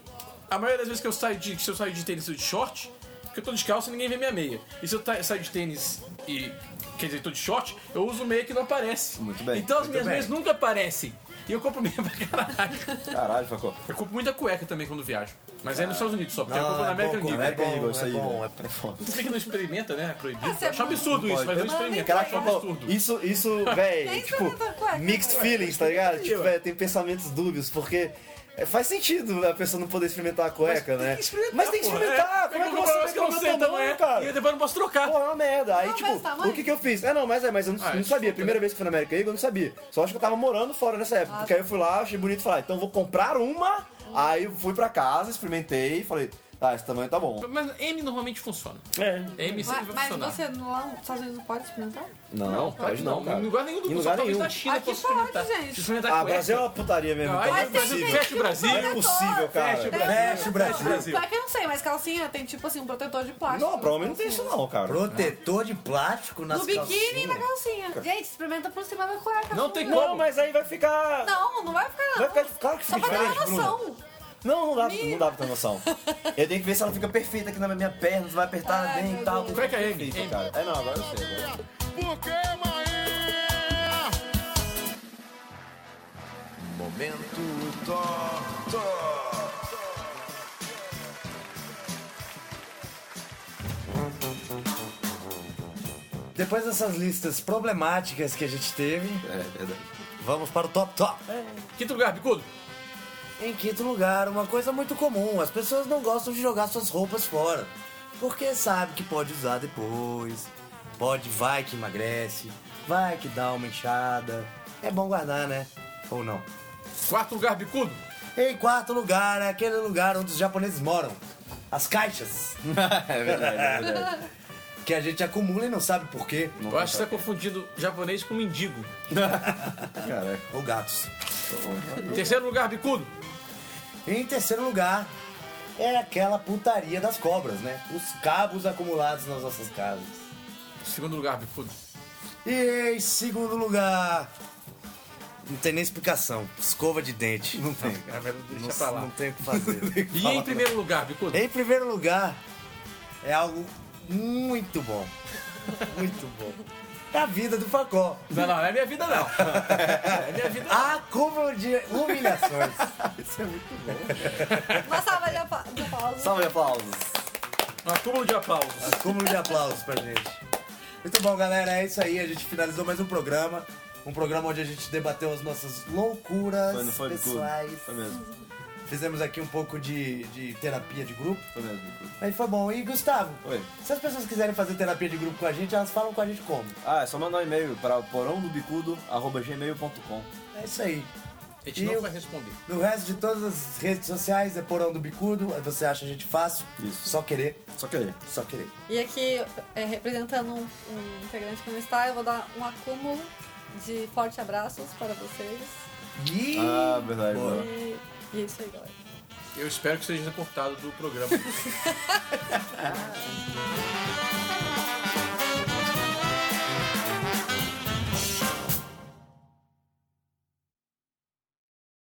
a maioria das vezes que eu saio de, se eu saio de tênis ou de short, porque eu tô descalço e ninguém vê minha meia. E se eu ta- saio de tênis e, quer dizer, tô de short, eu uso meia que não aparece.
Muito bem,
Então as
muito
minhas
bem.
meias nunca aparecem. E eu compro meia pra caralho.
Caralho,
É um
Facó.
Ah,
Eu compro muita cueca também quando viajo. Mas é nos Estados Unidos só, porque
Ah,
eu compro na
é bom,
né?
American
cara,
né?
Eagle.
é bom,
Eagle,
é
isso aí,
bom,
velho.
é
É foda.
Por que que não experimenta, né? É proibido.
Ah, você
Eu acho
é bom.
absurdo isso, mas não experimenta. Eu
Caraca,
acho
Fafão,
É um absurdo.
isso, isso,
Nem
velho, tipo,
experimentou a cueca,
mixed
né?
feelings, tá ligado? Tipo,
ué.
velho, tem pensamentos dúbios, porque é, faz sentido a pessoa não poder experimentar a cueca, né? Mas tem que
porra,
experimentar,
é.
como é que
Eu vou comprar
você
umas que
pegou
eu não
meu tamanho,
sei
né?
tamanho, E
cara?
depois eu não posso trocar.
Pô, é uma merda. Aí,
Não,
tipo,
mas tamanho?
o que que eu fiz? É, não, mas é, mas eu não,
Ah,
não
isso
sabia.
é
A primeira vez que fui na América Eagle, eu não sabia. Só acho que eu tava morando fora nessa época. porque aí eu fui lá, achei bonito e falei, ah, então vou comprar uma. Aí eu fui pra casa, experimentei e falei, ah, esse tamanho tá bom.
Mas M normalmente funciona.
É.
M sempre
Mas,
vai
mas
funcionar.
você lá nos Estados Unidos não pode
É
experimentar?
Não,
pode
pode não, cara.
Em lugar nenhum do
Em
mundo, só
lugar
talvez
nenhum.
na China
Aqui
possa
pode,
experimentar. tá
gente.
Deixa eu experimentar
Ah,
cueca.
Brasil é uma putaria mesmo,
Não,
então. Não
aí
é
tem Brasil,
gente
possível.
fecha o
que
Brasil.
usa
É impossível, cara.
Brasil.
Fecha o Brasil.
Brasil.
Pior que eu não sei, mas calcinha tem tipo assim, um protetor de plástico.
Não, pra homem não tem isso não, cara.
Protetor de plástico nas
No biquíni e na
calcinhas.
calcinha. Gente, experimenta por cima da cueca.
Não tem
vamos ver.
Não, mas aí vai ficar...
Não, não vai ficar.
Vai
não.
ficar- claro que
Só
fica
pra dar uma
diferente, Bruna.
noção.
Não, não dá, não dá pra ter noção.
Eu tenho que ver se ela fica perfeita aqui na minha perna, se vai apertar
Ai,
bem
meu
e tal.
Deus.
Tem que
Cueca
ficar
é M,
perfeita,
M.
cara. É, não, agora eu sei. agora eu sei.
Porque Maria. Momento top, top.
Depois dessas listas problemáticas que a gente teve,
É verdade.
vamos para o top top.
Quinto lugar, Bicudo.
Em quinto lugar, uma coisa muito comum, as pessoas não gostam de jogar suas roupas fora, porque sabe que pode usar depois, pode, vai que emagrece, vai que dá uma inchada, é bom guardar, né? Ou não.
Quarto lugar, Bicudo.
Em quarto lugar, é aquele lugar onde os japoneses moram, as caixas,
É verdade, é verdade.
que a gente acumula e não sabe por quê,
Eu acho que você tá confundindo japonês com mendigo.
Caraca.
ou gatos.
Terceiro lugar, Bicudo.
Em terceiro lugar, é aquela putaria das cobras, né? Os cabos acumulados nas nossas casas.
Segundo lugar, Bicudo.
E em segundo lugar. Não tem nem explicação. Escova de dente. Não tem.
É, mas Deixa
Não,
pra
não
lá.
tem o que fazer.
E em primeiro lugar, Bicudo.
em primeiro lugar, é algo muito bom. Muito bom. É a vida do Facó.
Não, não, não é minha vida, não. É minha vida. não.
Acúmulo de humilhações.
Uma salva de apa- de palmas.
Salve de aplausos.
Um acúmulo de aplausos.
Acúmulo de aplausos pra gente. Muito bom, galera. É isso aí. A gente finalizou mais um programa. Um programa onde a gente debateu as nossas loucuras
Foi, não foi, Bicudo?
pessoais.
Foi mesmo.
Fizemos aqui um pouco de, de terapia de grupo.
Foi mesmo. Nico.
Aí foi bom. E Gustavo,
Oi.
se as pessoas quiserem fazer terapia de grupo com a gente, elas falam com a gente como?
Ah, é só mandar um e-mail para porãodobicudo.gmail.com
É isso aí.
A gente
Eu-
não vai responder.
No resto de todas as redes sociais é Porão do Bicudo. Você acha a gente fácil?
Isso.
Só querer,
Só querer.
só querer.
E aqui, é, representando um, um integrante que não está, eu vou dar um acúmulo de forte abraços para vocês.
Ih!
Ah, verdade.
Boa.
boa.
E, e é isso aí, galera.
Eu espero que seja cortado do programa.